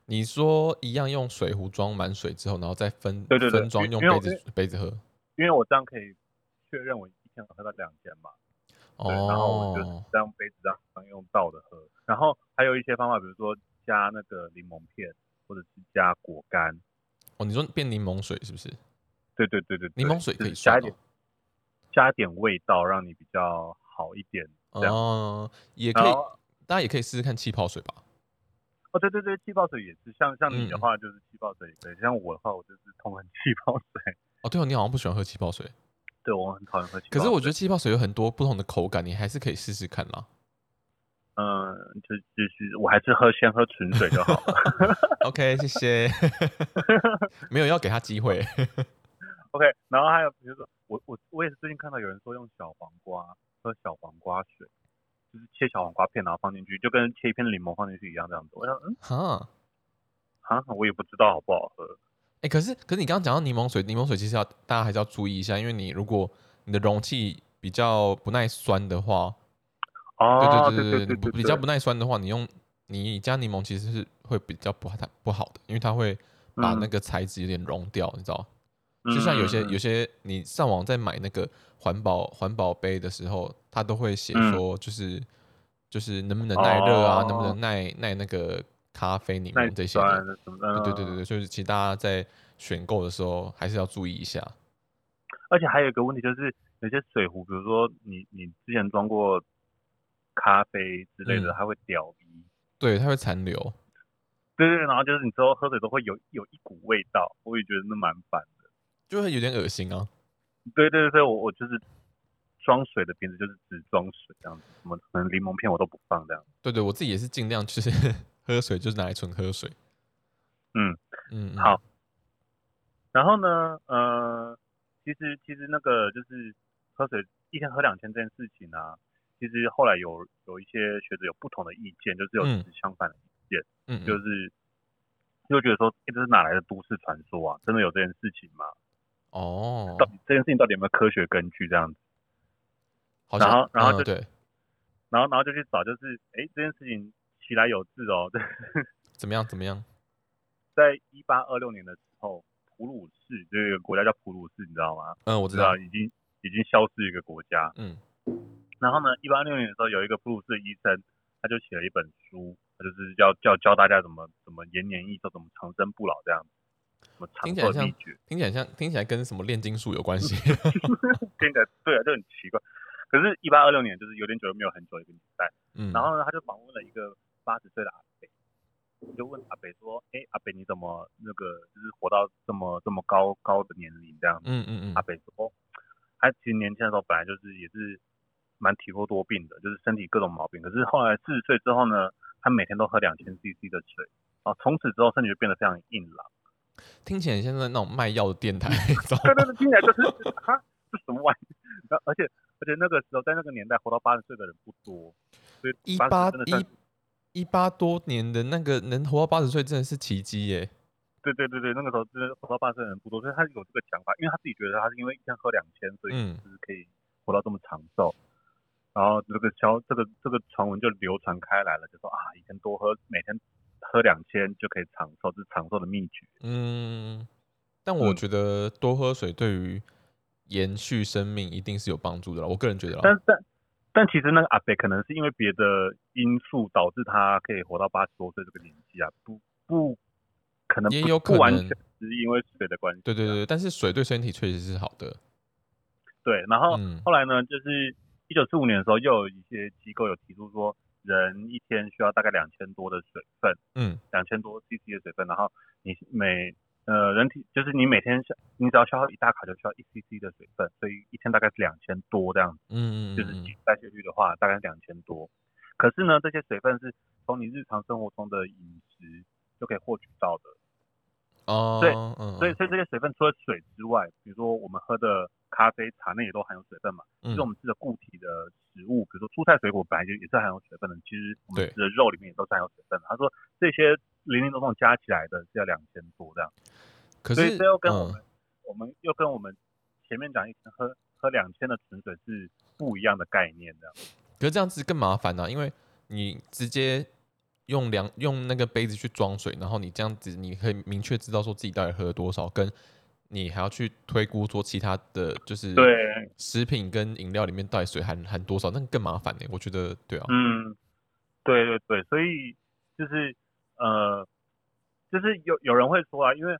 Speaker 1: 你说一样用水壶装满水之后，然后再分
Speaker 2: 对对对
Speaker 1: 分装
Speaker 2: 因
Speaker 1: 用
Speaker 2: 因为
Speaker 1: 杯
Speaker 2: 我
Speaker 1: 子杯子喝。
Speaker 2: 因为我这样可以确认我一天有喝到两千嘛。对，然后我就是
Speaker 1: 哦，
Speaker 2: 这样杯子这样用倒的喝。然后还有一些方法，比如说加那个柠檬片，或者是加果干。
Speaker 1: 哦，你说变柠檬水是不是？
Speaker 2: 对对对对，对
Speaker 1: 柠檬水可以
Speaker 2: 就是加
Speaker 1: 算
Speaker 2: 一点，加一点味道，让你比较好一点。这样
Speaker 1: 哦，也可
Speaker 2: 然
Speaker 1: 以
Speaker 2: 后，
Speaker 1: 大家也可以试试看气泡水吧。
Speaker 2: 哦，对对对，气泡水也是，像像你的
Speaker 1: 嗯
Speaker 2: 话就是气泡水也可以，像我的话我就是痛恨气泡水。
Speaker 1: 哦，对哦，你好像不喜欢喝气泡水。
Speaker 2: 对，我很讨厌喝气泡
Speaker 1: 可
Speaker 2: 水。
Speaker 1: 是我觉得气泡水有很多不同的口感，你还是可以试试看啦。
Speaker 2: 嗯，就就是我还是喝先喝纯水就好了。
Speaker 1: OK，谢谢。没有要给他机会，
Speaker 2: OK，然后还有比如说，我我我也是最近看到有人说用小黄瓜喝小黄瓜水，就是切小黄瓜片然后放进去，就跟切一片柠檬放进去一样这样子。我想，嗯，
Speaker 1: 哈。
Speaker 2: 啊，我也不知道好不好喝。
Speaker 1: 哎、可是可是你刚刚讲到柠檬水，柠檬水其实要大家还是要注意一下，因为你如果你的容器比较不耐酸的话，
Speaker 2: 哦，
Speaker 1: 对
Speaker 2: 对
Speaker 1: 对
Speaker 2: 对
Speaker 1: 不
Speaker 2: 对，
Speaker 1: 比较
Speaker 2: 对
Speaker 1: 不耐酸的话，你用你加柠檬其实是会比较不太不好的，因为它会把
Speaker 2: 嗯
Speaker 1: 那个材质有点融掉，你知道？
Speaker 2: 嗯
Speaker 1: 就像有些
Speaker 2: 嗯嗯
Speaker 1: 有些你上网在买那个环保环保杯的时候，它都会写说就是、就是能不能耐热啊，
Speaker 2: 嗯哦
Speaker 1: 能不能耐耐那个咖啡柠
Speaker 2: 耐
Speaker 1: 檬这些的。
Speaker 2: 酸什么的，嗯
Speaker 1: 对对对对，所以其实大家在选购的时候还是要注意一下。
Speaker 2: 而且还有一个问题就是，有些水壶，比如说你你之前装过咖啡之类的，
Speaker 1: 嗯
Speaker 2: 它会掉皮。
Speaker 1: 对，它会残留。
Speaker 2: 对对，对然后就是你之后喝水都会有有一股味道，我也觉得那蛮烦的。
Speaker 1: 就会有点恶心啊，
Speaker 2: 对对对，所以我我就是装水的瓶子就是只装水这样子，什么可能柠檬片我都不放这样。
Speaker 1: 对对，我自己也是尽量就是 喝水，就是拿来纯喝水。
Speaker 2: 嗯
Speaker 1: 嗯，嗯
Speaker 2: 好然后呢，呃，其实其实那个就是喝水一天喝两千这件事情啊，其实后来有有一些学者有不同的意见，就是有
Speaker 1: 嗯
Speaker 2: 持相反的
Speaker 1: 嗯，
Speaker 2: 就
Speaker 1: 嗯
Speaker 2: 是就觉得说，欸这是哪来的都市传说啊？真的有这件事情吗？
Speaker 1: 哦
Speaker 2: 到，底这件事情到底有没有科学根据这样子？
Speaker 1: 好
Speaker 2: 然
Speaker 1: 像
Speaker 2: 后然后
Speaker 1: 嗯
Speaker 2: 就
Speaker 1: 对，
Speaker 2: 然后然后就去找，就是哎、欸这件事情其来有自哦，
Speaker 1: 怎么样怎么样？
Speaker 2: 在一八二六年的时候，普鲁士就有一个国家叫普鲁士，你知道吗？
Speaker 1: 嗯，我知
Speaker 2: 对啊
Speaker 1: 道，，
Speaker 2: 已经已经消失一个国家。
Speaker 1: 嗯
Speaker 2: 然后呢，一八二六年的时候，有一个普鲁士的医生，他就写了一本书，他就是要教教大家怎么怎么延年益寿，怎么长生不老这样子，怎么长
Speaker 1: 听起来
Speaker 2: 寿的
Speaker 1: 像
Speaker 2: 秘诀。
Speaker 1: 听起来像听起来跟什么炼金术有关系。
Speaker 2: 听起来对啊，就很奇怪。可是，一八二六年就是有点久，没有很久的一个年代。
Speaker 1: 嗯，
Speaker 2: 然后呢，他就访问了一个八十岁的阿北，就问阿北说：“哎、阿北你怎么那个就是活到这么这么高高的年龄这样子？”
Speaker 1: 嗯嗯
Speaker 2: 阿
Speaker 1: 嗯，
Speaker 2: 北说，哦他其实年轻的时候本来就是也是蛮体弱多病的，就是身体各种毛病。可是后来四十岁之后呢，他每天都喝两千 CC 的水，哦，从此之后身体就变得非常硬朗。
Speaker 1: 听起来像在那种卖药的电 台，你知道
Speaker 2: 对对
Speaker 1: 吗？
Speaker 2: 对，听起来就是啊，这什么玩意？然后而且而且那个时候在那个年代活到八十岁的人不多，所以
Speaker 1: 一
Speaker 2: 80
Speaker 1: 八
Speaker 2: 真的算
Speaker 1: 一一八多年的那个能活到八十岁真的是奇迹耶。
Speaker 2: 对对对对，那个时候真的活到八十岁的人不多，所以他有这个想法，因为他自己觉得他是因为一天喝两千，所以
Speaker 1: 嗯
Speaker 2: 就是可以活到这么长寿。然后这个消这个这个传闻就流传开来了，就说啊，以前多喝每天喝两千就可以长寿，这是长寿的秘诀。
Speaker 1: 嗯，但我
Speaker 2: 嗯
Speaker 1: 觉得多喝水对于延续生命一定是有帮助的啦，我个人觉得啦。
Speaker 2: 但但但其实那个阿北可能是因为别的因素导致他可以活到八十多岁这个年纪啊，不不可能不
Speaker 1: 也有可
Speaker 2: 不完
Speaker 1: 能
Speaker 2: 全是因为水的关系、啊
Speaker 1: 对对对，对但是水对身体确实是好的。
Speaker 2: 对，然后、
Speaker 1: 嗯
Speaker 2: 后来呢，就是一九四五年的时候，又有一些机构有提出说，人一天需要大概两千多的水分，
Speaker 1: 嗯
Speaker 2: 两千多 CC 的水分，然后你每呃人体就是你每天消你只要消耗一大卡就需要一 CC 的水分，所以一天大概是两千多这样子，
Speaker 1: 嗯嗯
Speaker 2: 就是
Speaker 1: 嗯
Speaker 2: 基础代谢率的话大概两千多。可是呢，这些水分是从你日常生活中的饮食就可以获取到的，
Speaker 1: 嗯，
Speaker 2: 对
Speaker 1: 哦，嗯
Speaker 2: 所以所以这些水分除了水之外，比如说我们喝的咖啡、茶那也都含有水分嘛。
Speaker 1: 嗯
Speaker 2: 就是我们吃的固体的食物，比如说蔬菜水果本来就也是含有水分的，其实我们
Speaker 1: 对
Speaker 2: 吃的肉里面也都是含有水分的。他说这些零零总总加起来的是要两千多这样，
Speaker 1: 可
Speaker 2: 所
Speaker 1: 是
Speaker 2: 以这又跟我
Speaker 1: 嗯
Speaker 2: 们、我们又跟我们前面讲一天喝喝两千的纯水是不一样的概念的。
Speaker 1: 可是这样子更麻烦呐、啊因为你直接用量用那个杯子去装水，然后你这样子你可以明确知道说自己到底喝了多少，跟你还要去推估说其他的就是
Speaker 2: 对
Speaker 1: 食品跟饮料里面到底水含含多少，那个更麻烦呢、我觉得对啊，
Speaker 2: 嗯，对对对，所以就是呃，就是有有人会说啊，因为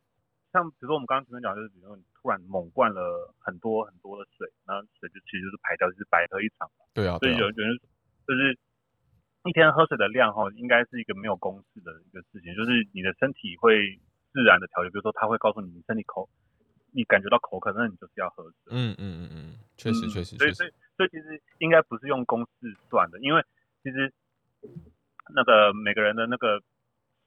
Speaker 2: 像比如说我们刚刚前面讲，就是比如说你突然猛灌了很多很多的水，那水就其实就是排掉，就是白喝一场。
Speaker 1: 对啊，
Speaker 2: 所
Speaker 1: 对
Speaker 2: 以有
Speaker 1: 啊，
Speaker 2: 有人就是一天喝水的量哈，应该是一个没有公式的一个事情，就是你的身体会自然的调节，比如说它会告诉你，你身体口，你感觉到口渴，那你就是要喝水。
Speaker 1: 嗯嗯嗯嗯，确实
Speaker 2: 嗯
Speaker 1: 确实
Speaker 2: 所
Speaker 1: 确
Speaker 2: 以所
Speaker 1: 实，
Speaker 2: 以所以其实应该不是用公式算的，因为其实那个每个人的那个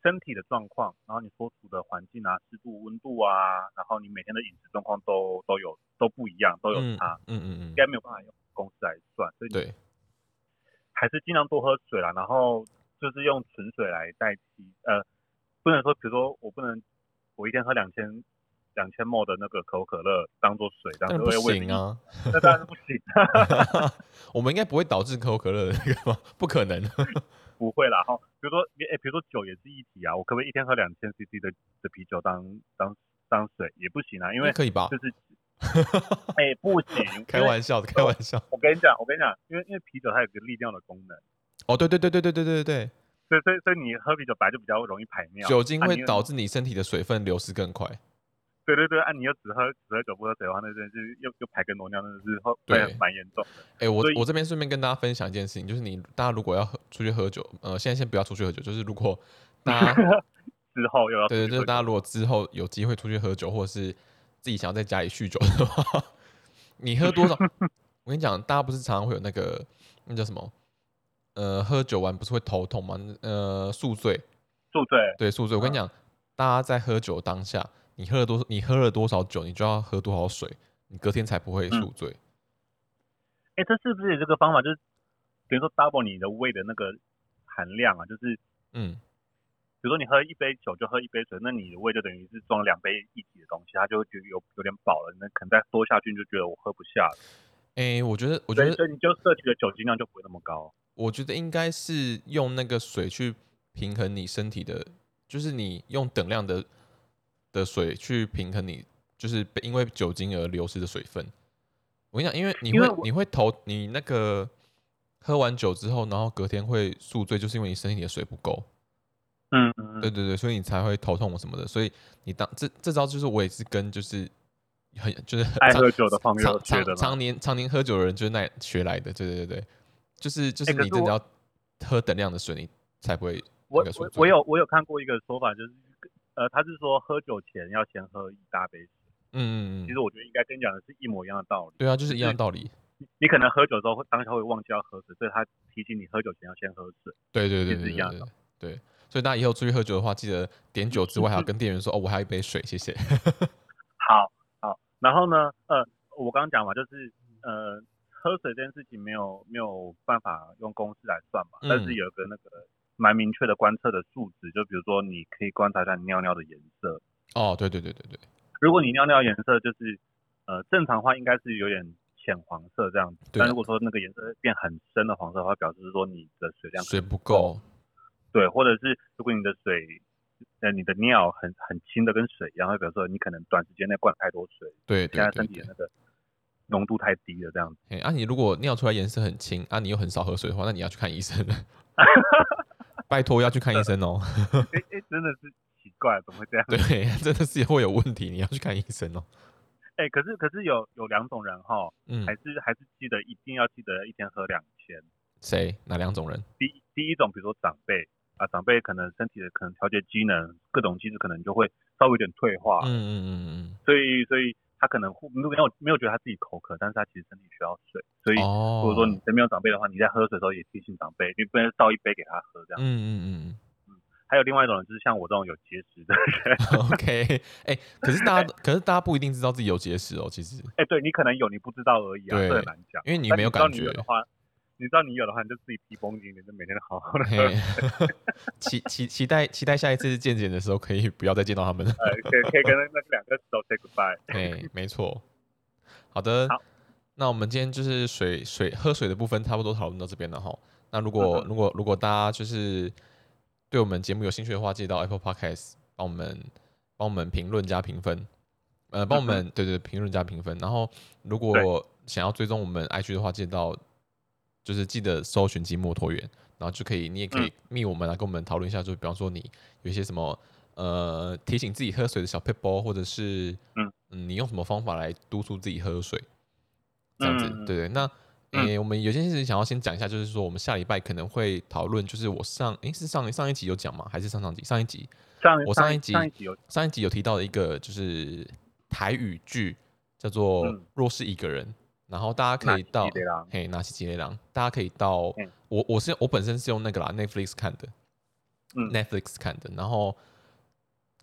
Speaker 2: 身体的状况，然后你所处的环境啊、湿度、温度啊，然后你每天的饮食状况都都有都不一样，都有
Speaker 1: 嗯
Speaker 2: 差，
Speaker 1: 嗯嗯
Speaker 2: 应
Speaker 1: 嗯，
Speaker 2: 该没有办法用公式来算，所以你
Speaker 1: 对，
Speaker 2: 还是尽量多喝水啦，然后就是用纯水来代替，呃，不能说，比如说我不能，我一天喝两千两千 ml 的那个可口可乐当做水，这
Speaker 1: 但
Speaker 2: 样
Speaker 1: 是
Speaker 2: 子
Speaker 1: 不
Speaker 2: 会胃
Speaker 1: 行，啊，
Speaker 2: 那当然是不行、啊。
Speaker 1: 我们应该不会导致可口可乐的那个吗？不可能，
Speaker 2: 不会啦，哈，比如说，哎、比如说酒也是一体啊，我可不可以一天喝两千 CC 的的啤酒当当当水也不行啊，因 为
Speaker 1: 可以吧
Speaker 2: 就？是，哎、不行，
Speaker 1: 开玩笑的，开玩笑。
Speaker 2: 我跟你讲，我跟你讲，因为因为啤酒它有个利尿的功能，
Speaker 1: 哦，对对对对对对对对，
Speaker 2: 所以所以所以你喝啤酒白就比较容易排尿，
Speaker 1: 酒精
Speaker 2: 啊
Speaker 1: 会
Speaker 2: 你又
Speaker 1: 导致你身体的水分流失更快。
Speaker 2: 对对对，啊，你又只喝只喝酒不喝水的话，那真的是又又排跟挪尿，那真的是会
Speaker 1: 对
Speaker 2: 会蛮严重的。
Speaker 1: 哎、我
Speaker 2: 所以
Speaker 1: 我这边顺便跟大家分享一件事情，就是你大家如果要喝出去喝酒，呃，现在先不要出去喝酒，就是如果大家
Speaker 2: 之后又要
Speaker 1: 对对，就是
Speaker 2: 出去喝酒
Speaker 1: 大家如果之后有机会出去喝酒，或者是自己想要在家里酗酒的话， 你喝 多少？我跟你讲，大家不是常常会有那个那叫什么？呃，喝酒完不是会头痛吗？呃，宿醉，
Speaker 2: 宿醉，
Speaker 1: 对宿醉。我跟
Speaker 2: 嗯
Speaker 1: 你讲，大家在喝酒当下，你喝了多，你喝了多少酒，你就要喝多少水，你隔天才不
Speaker 2: 嗯
Speaker 1: 会宿醉。
Speaker 2: 哎，这是不是有这个方法？就是等于说 double 你的胃的那个含量啊，就是
Speaker 1: 嗯，
Speaker 2: 比如说你喝一杯酒就喝一杯水，那你的胃就等于是装了两杯一体的东西，它就会觉得有有点饱了，那可能再多下去你就觉得我喝不下了，
Speaker 1: 哎、我觉得，我觉
Speaker 2: 所以
Speaker 1: 得
Speaker 2: 所以你就摄取的酒精量就不会那么高。
Speaker 1: 我觉得应该是用那个水去平衡你身体的，就是你用等量的的水去平衡你，就是被因为酒精而流失的水分。我跟你讲，因为你
Speaker 2: 因为
Speaker 1: 会
Speaker 2: 我
Speaker 1: 你会头你那个喝完酒之后，然后隔天会宿醉，就是因为你身体的水不够。
Speaker 2: 嗯嗯
Speaker 1: 对，对对，所以你才会头痛什么的。所以你当这这招就是我也是跟就是很就是很
Speaker 2: 爱
Speaker 1: 常
Speaker 2: 喝酒的朋友
Speaker 1: 常
Speaker 2: 学
Speaker 1: 常
Speaker 2: 的吗
Speaker 1: 常年常年喝酒的人就是那学来的，对对对对，就是就是
Speaker 2: 欸可
Speaker 1: 你
Speaker 2: 是
Speaker 1: 真的
Speaker 2: 我
Speaker 1: 要喝等量的水，你才不会
Speaker 2: 我
Speaker 1: 那个宿
Speaker 2: 我
Speaker 1: 醉
Speaker 2: 我有我有看过一个说法，就是呃，他是说喝酒前要先喝一大杯水，
Speaker 1: 嗯嗯
Speaker 2: 其
Speaker 1: 嗯
Speaker 2: 实，我觉得应该跟你讲的是一模一样的道理。
Speaker 1: 对啊，就是一样
Speaker 2: 是
Speaker 1: 道理，
Speaker 2: 你你可能喝酒之后会当下会忘记要喝水，所以他提醒你喝酒前要先喝水。
Speaker 1: 对对对
Speaker 2: 其实
Speaker 1: 对
Speaker 2: 一
Speaker 1: 对
Speaker 2: 样
Speaker 1: 对对。所以大家以后出去喝酒的话，记得点酒之外还要跟店员说哦，我还有一杯水，谢 谢。
Speaker 2: 好，好，然后呢，呃，我刚刚讲嘛，就是呃，喝水这件事情没有没有办法用公式来算嘛，
Speaker 1: 嗯
Speaker 2: 但是有一个那个蛮明确的观测的数值，就比如说你可以观察一下你尿尿的颜色，
Speaker 1: 哦，对对对对对，
Speaker 2: 如果你尿尿的颜色就是呃正常话应该是有点浅黄色这样子，
Speaker 1: 对
Speaker 2: 但如果说那个颜色变很深的黄色的话，表示说你的水量
Speaker 1: 水不够，
Speaker 2: 对，或者是如果你的水。呃，你的尿很很轻的跟水一样，会表示说你可能短时间内灌太多水，
Speaker 1: 对
Speaker 2: 现
Speaker 1: 对
Speaker 2: 在
Speaker 1: 对
Speaker 2: 身体
Speaker 1: 对
Speaker 2: 的。那个浓度太低了，这样 子。
Speaker 1: 哎、啊，你如果尿出来颜色很清，啊，你又很少喝水的话，那你要去看医生 了。拜托要去看医生哦。
Speaker 2: 哎、哎、真的是奇怪，怎么会这样？
Speaker 1: 对，真的是会有问题，你要去看医生哦。
Speaker 2: 哎、可是可是有有两种人哈，
Speaker 1: 嗯
Speaker 2: 还，是还是记得一定要记得一天喝两千。
Speaker 1: 谁？哪两种人？
Speaker 2: 第第一种，比如说长辈啊，长辈可能身体的可能调节机能各种机制可能就会稍微有点退化，
Speaker 1: 嗯嗯嗯
Speaker 2: 所以所以他可能会没有没有觉得他自己口渴，但是他其实身体需要水，所以
Speaker 1: 嗯。
Speaker 2: 如
Speaker 1: 哦。
Speaker 2: 果说你身边有长辈的话，你在喝水的时候也提醒长辈，你不能倒一杯给他喝这
Speaker 1: 嗯
Speaker 2: 样。
Speaker 1: 嗯嗯
Speaker 2: 还有另外一种人就是像我这种有节食的 人，
Speaker 1: 嗯。OK，哎、 可是大家，可是大家不一定知道自己有结石哦，其实，
Speaker 2: 哎、对你可能有，你不知道而已啊，
Speaker 1: 对
Speaker 2: 这很难讲。
Speaker 1: 因为你
Speaker 2: 但
Speaker 1: 没有
Speaker 2: 知道
Speaker 1: 感
Speaker 2: 你
Speaker 1: 觉
Speaker 2: 有。的话，你知道你有的话，你就自己皮绷紧一点，就每天好好的喝，
Speaker 1: 嘿， 期期期待期待下一次见见的时候，可以不要再见到他们了。
Speaker 2: 呃，可以可以跟那两个手 say goodbye。
Speaker 1: 哎，没错。好的，
Speaker 2: 好
Speaker 1: 那我们今天就是水水喝水的部分差不多讨论到这边了哈。那如果、
Speaker 2: 嗯哼
Speaker 1: 如果如果大家就是对我们节目有兴趣的话，记得到 Apple Podcast 帮我们帮我们评论加评分，呃，
Speaker 2: 嗯
Speaker 1: 帮我们、对对评论加评分。然后如果想要追踪我们 IG 的话，记得到就是记得搜寻寂寞拖延，然后就可以你也
Speaker 2: 嗯
Speaker 1: 可以密我们啊来跟我们讨论一下，就比方说你有一些什么呃提醒自己喝水的小 p e p 或者是
Speaker 2: 嗯
Speaker 1: 你用什么方法来督促自己喝水，这样子，
Speaker 2: 嗯
Speaker 1: 对对。那
Speaker 2: 嗯
Speaker 1: 诶、我们有件事情想要先讲一下，就是说我们下礼拜可能会讨论，就是我上诶、是上上一集有讲吗？还是上上集？上一集
Speaker 2: 上
Speaker 1: 我上
Speaker 2: 上
Speaker 1: 一集
Speaker 2: 上一集有
Speaker 1: 上一集有提到的一个就是台语剧叫做《
Speaker 2: 嗯
Speaker 1: 若是一个人》，然后大家可以
Speaker 2: 哪是
Speaker 1: 到
Speaker 2: 吉雷郎
Speaker 1: 嘿纳西吉雷郎，大家可以到、
Speaker 2: 嗯
Speaker 1: 我我是我本身是用那个啦 Netflix 看的、
Speaker 2: 嗯
Speaker 1: n e t f l i x 看的，然后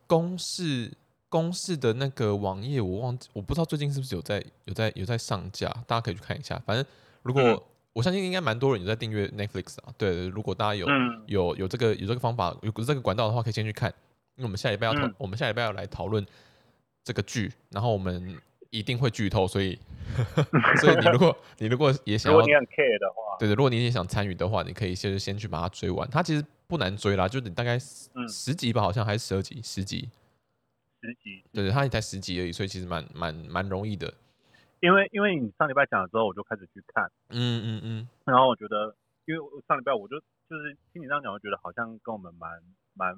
Speaker 1: 公式公式的那个网页我忘记我不知道最近是不是有在有在有在上架，大家可以去看一下。反正如果、
Speaker 2: 嗯
Speaker 1: 我相信应该蛮多人有在订阅 Netflix 啊，对，对如果大家有、
Speaker 2: 嗯
Speaker 1: 有有这个有这个方法有这个管道的话，可以先去看。因为我们下礼拜要讨，
Speaker 2: 嗯
Speaker 1: 我们下礼拜要来讨论这个剧，然后我们一定会剧透，所 以所以你如果你如果也想
Speaker 2: 如
Speaker 1: 要
Speaker 2: 果你很 care 的话，
Speaker 1: 对对，如果你也想参与的话，你可以先先去把它追完。它其实不难追啦，就是你大概十
Speaker 2: 嗯
Speaker 1: 十集吧，好像还是十二集，十集。
Speaker 2: 十集，
Speaker 1: 对对，它也才十集而已，所以其实蛮蛮蛮容易的。
Speaker 2: 因为因为你上礼拜讲了之后，我就开始去看，
Speaker 1: 嗯嗯嗯，
Speaker 2: 然后我觉得，因为我上礼拜我就就是听你这样讲，我觉得好像跟我们蛮蛮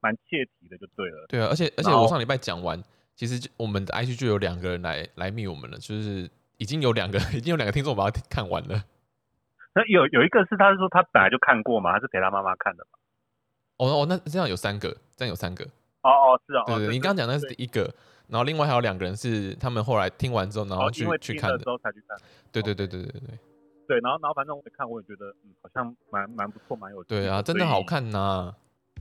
Speaker 2: 蛮切题的，就对了。
Speaker 1: 对啊，而且而且
Speaker 2: 然后
Speaker 1: 我上礼拜讲完，其实就我们的 IG 就有两个人来来密我们了，就是已经有两个 已经有两个听众把它看完了。
Speaker 2: 那有有一个是他是说他本来就看过嘛，他是陪他妈妈看的嘛。
Speaker 1: 哦哦，那这样有三个，这样有三个。
Speaker 2: 哦哦，是啊，
Speaker 1: 对
Speaker 2: 哦
Speaker 1: 对，
Speaker 2: 就
Speaker 1: 你刚刚讲那是
Speaker 2: 对
Speaker 1: 第一个，然后另外还有两个人是他们后来听完之后，然后
Speaker 2: 哦，
Speaker 1: 去
Speaker 2: 因为
Speaker 1: 去
Speaker 2: 听
Speaker 1: 看
Speaker 2: 了
Speaker 1: 的
Speaker 2: 之。后才去看。
Speaker 1: 对对对对对对
Speaker 2: 对，然后然后反正我也看，我也觉得嗯，好像蛮蛮不错，蛮有趣
Speaker 1: 对啊，真的好。看呐、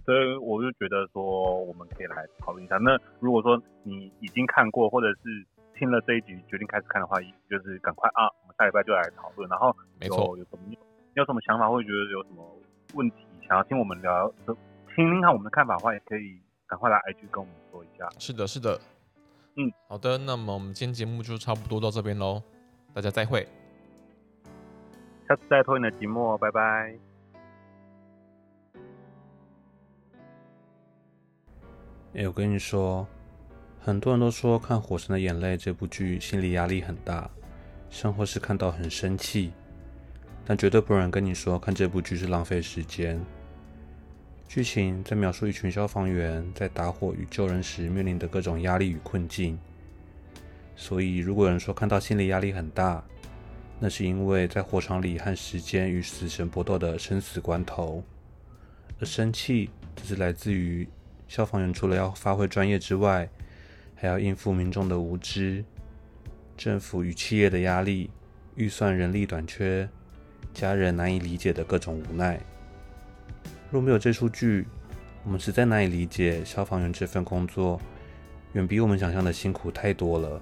Speaker 2: 所以所以我就觉得说，我们可以来讨论一下。那如果说你已经看过，或者是听了这一集决定开始看的话，就是赶快啊，我们下礼拜就来讨论。然后
Speaker 1: 没错，
Speaker 2: 有有什么你有什么想法，或者觉得有什么问题想要听我们聊，听听看我们的看法的话，也可以赶快来 IG 跟我们说一下。
Speaker 1: 是的，是的。
Speaker 2: 嗯，
Speaker 1: 好的，那么我们今天节目就差不多到这边喽，大家再会。
Speaker 2: 下次再拖你的寂寞哦，拜拜。
Speaker 3: 哎、我跟你说，很多人都说看《火神的眼泪》这部剧心理压力很大，甚或是看到很生气，但绝对不能跟你说看这部剧是浪费时间。剧情在描述一群消防员在打火与救人时面临的各种压力与困境，所以如果有人说看到心理压力很大，那是因为在火场里和时间与死神搏斗的生死关头。而生气则是来自于消防员除了要发挥专业之外，还要应付民众的无知、政府与企业的压力、预算人力短缺、家人难以理解的各种无奈。若没有这出剧，我们实在难以理解消防员这份工作远比我们想象的辛苦太多了。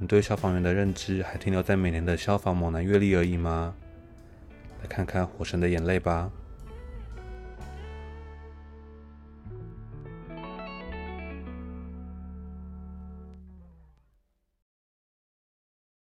Speaker 3: 你对消防员的认知还停留在每年的消防猛男阅历而已吗？来看看《火神的眼泪》吧。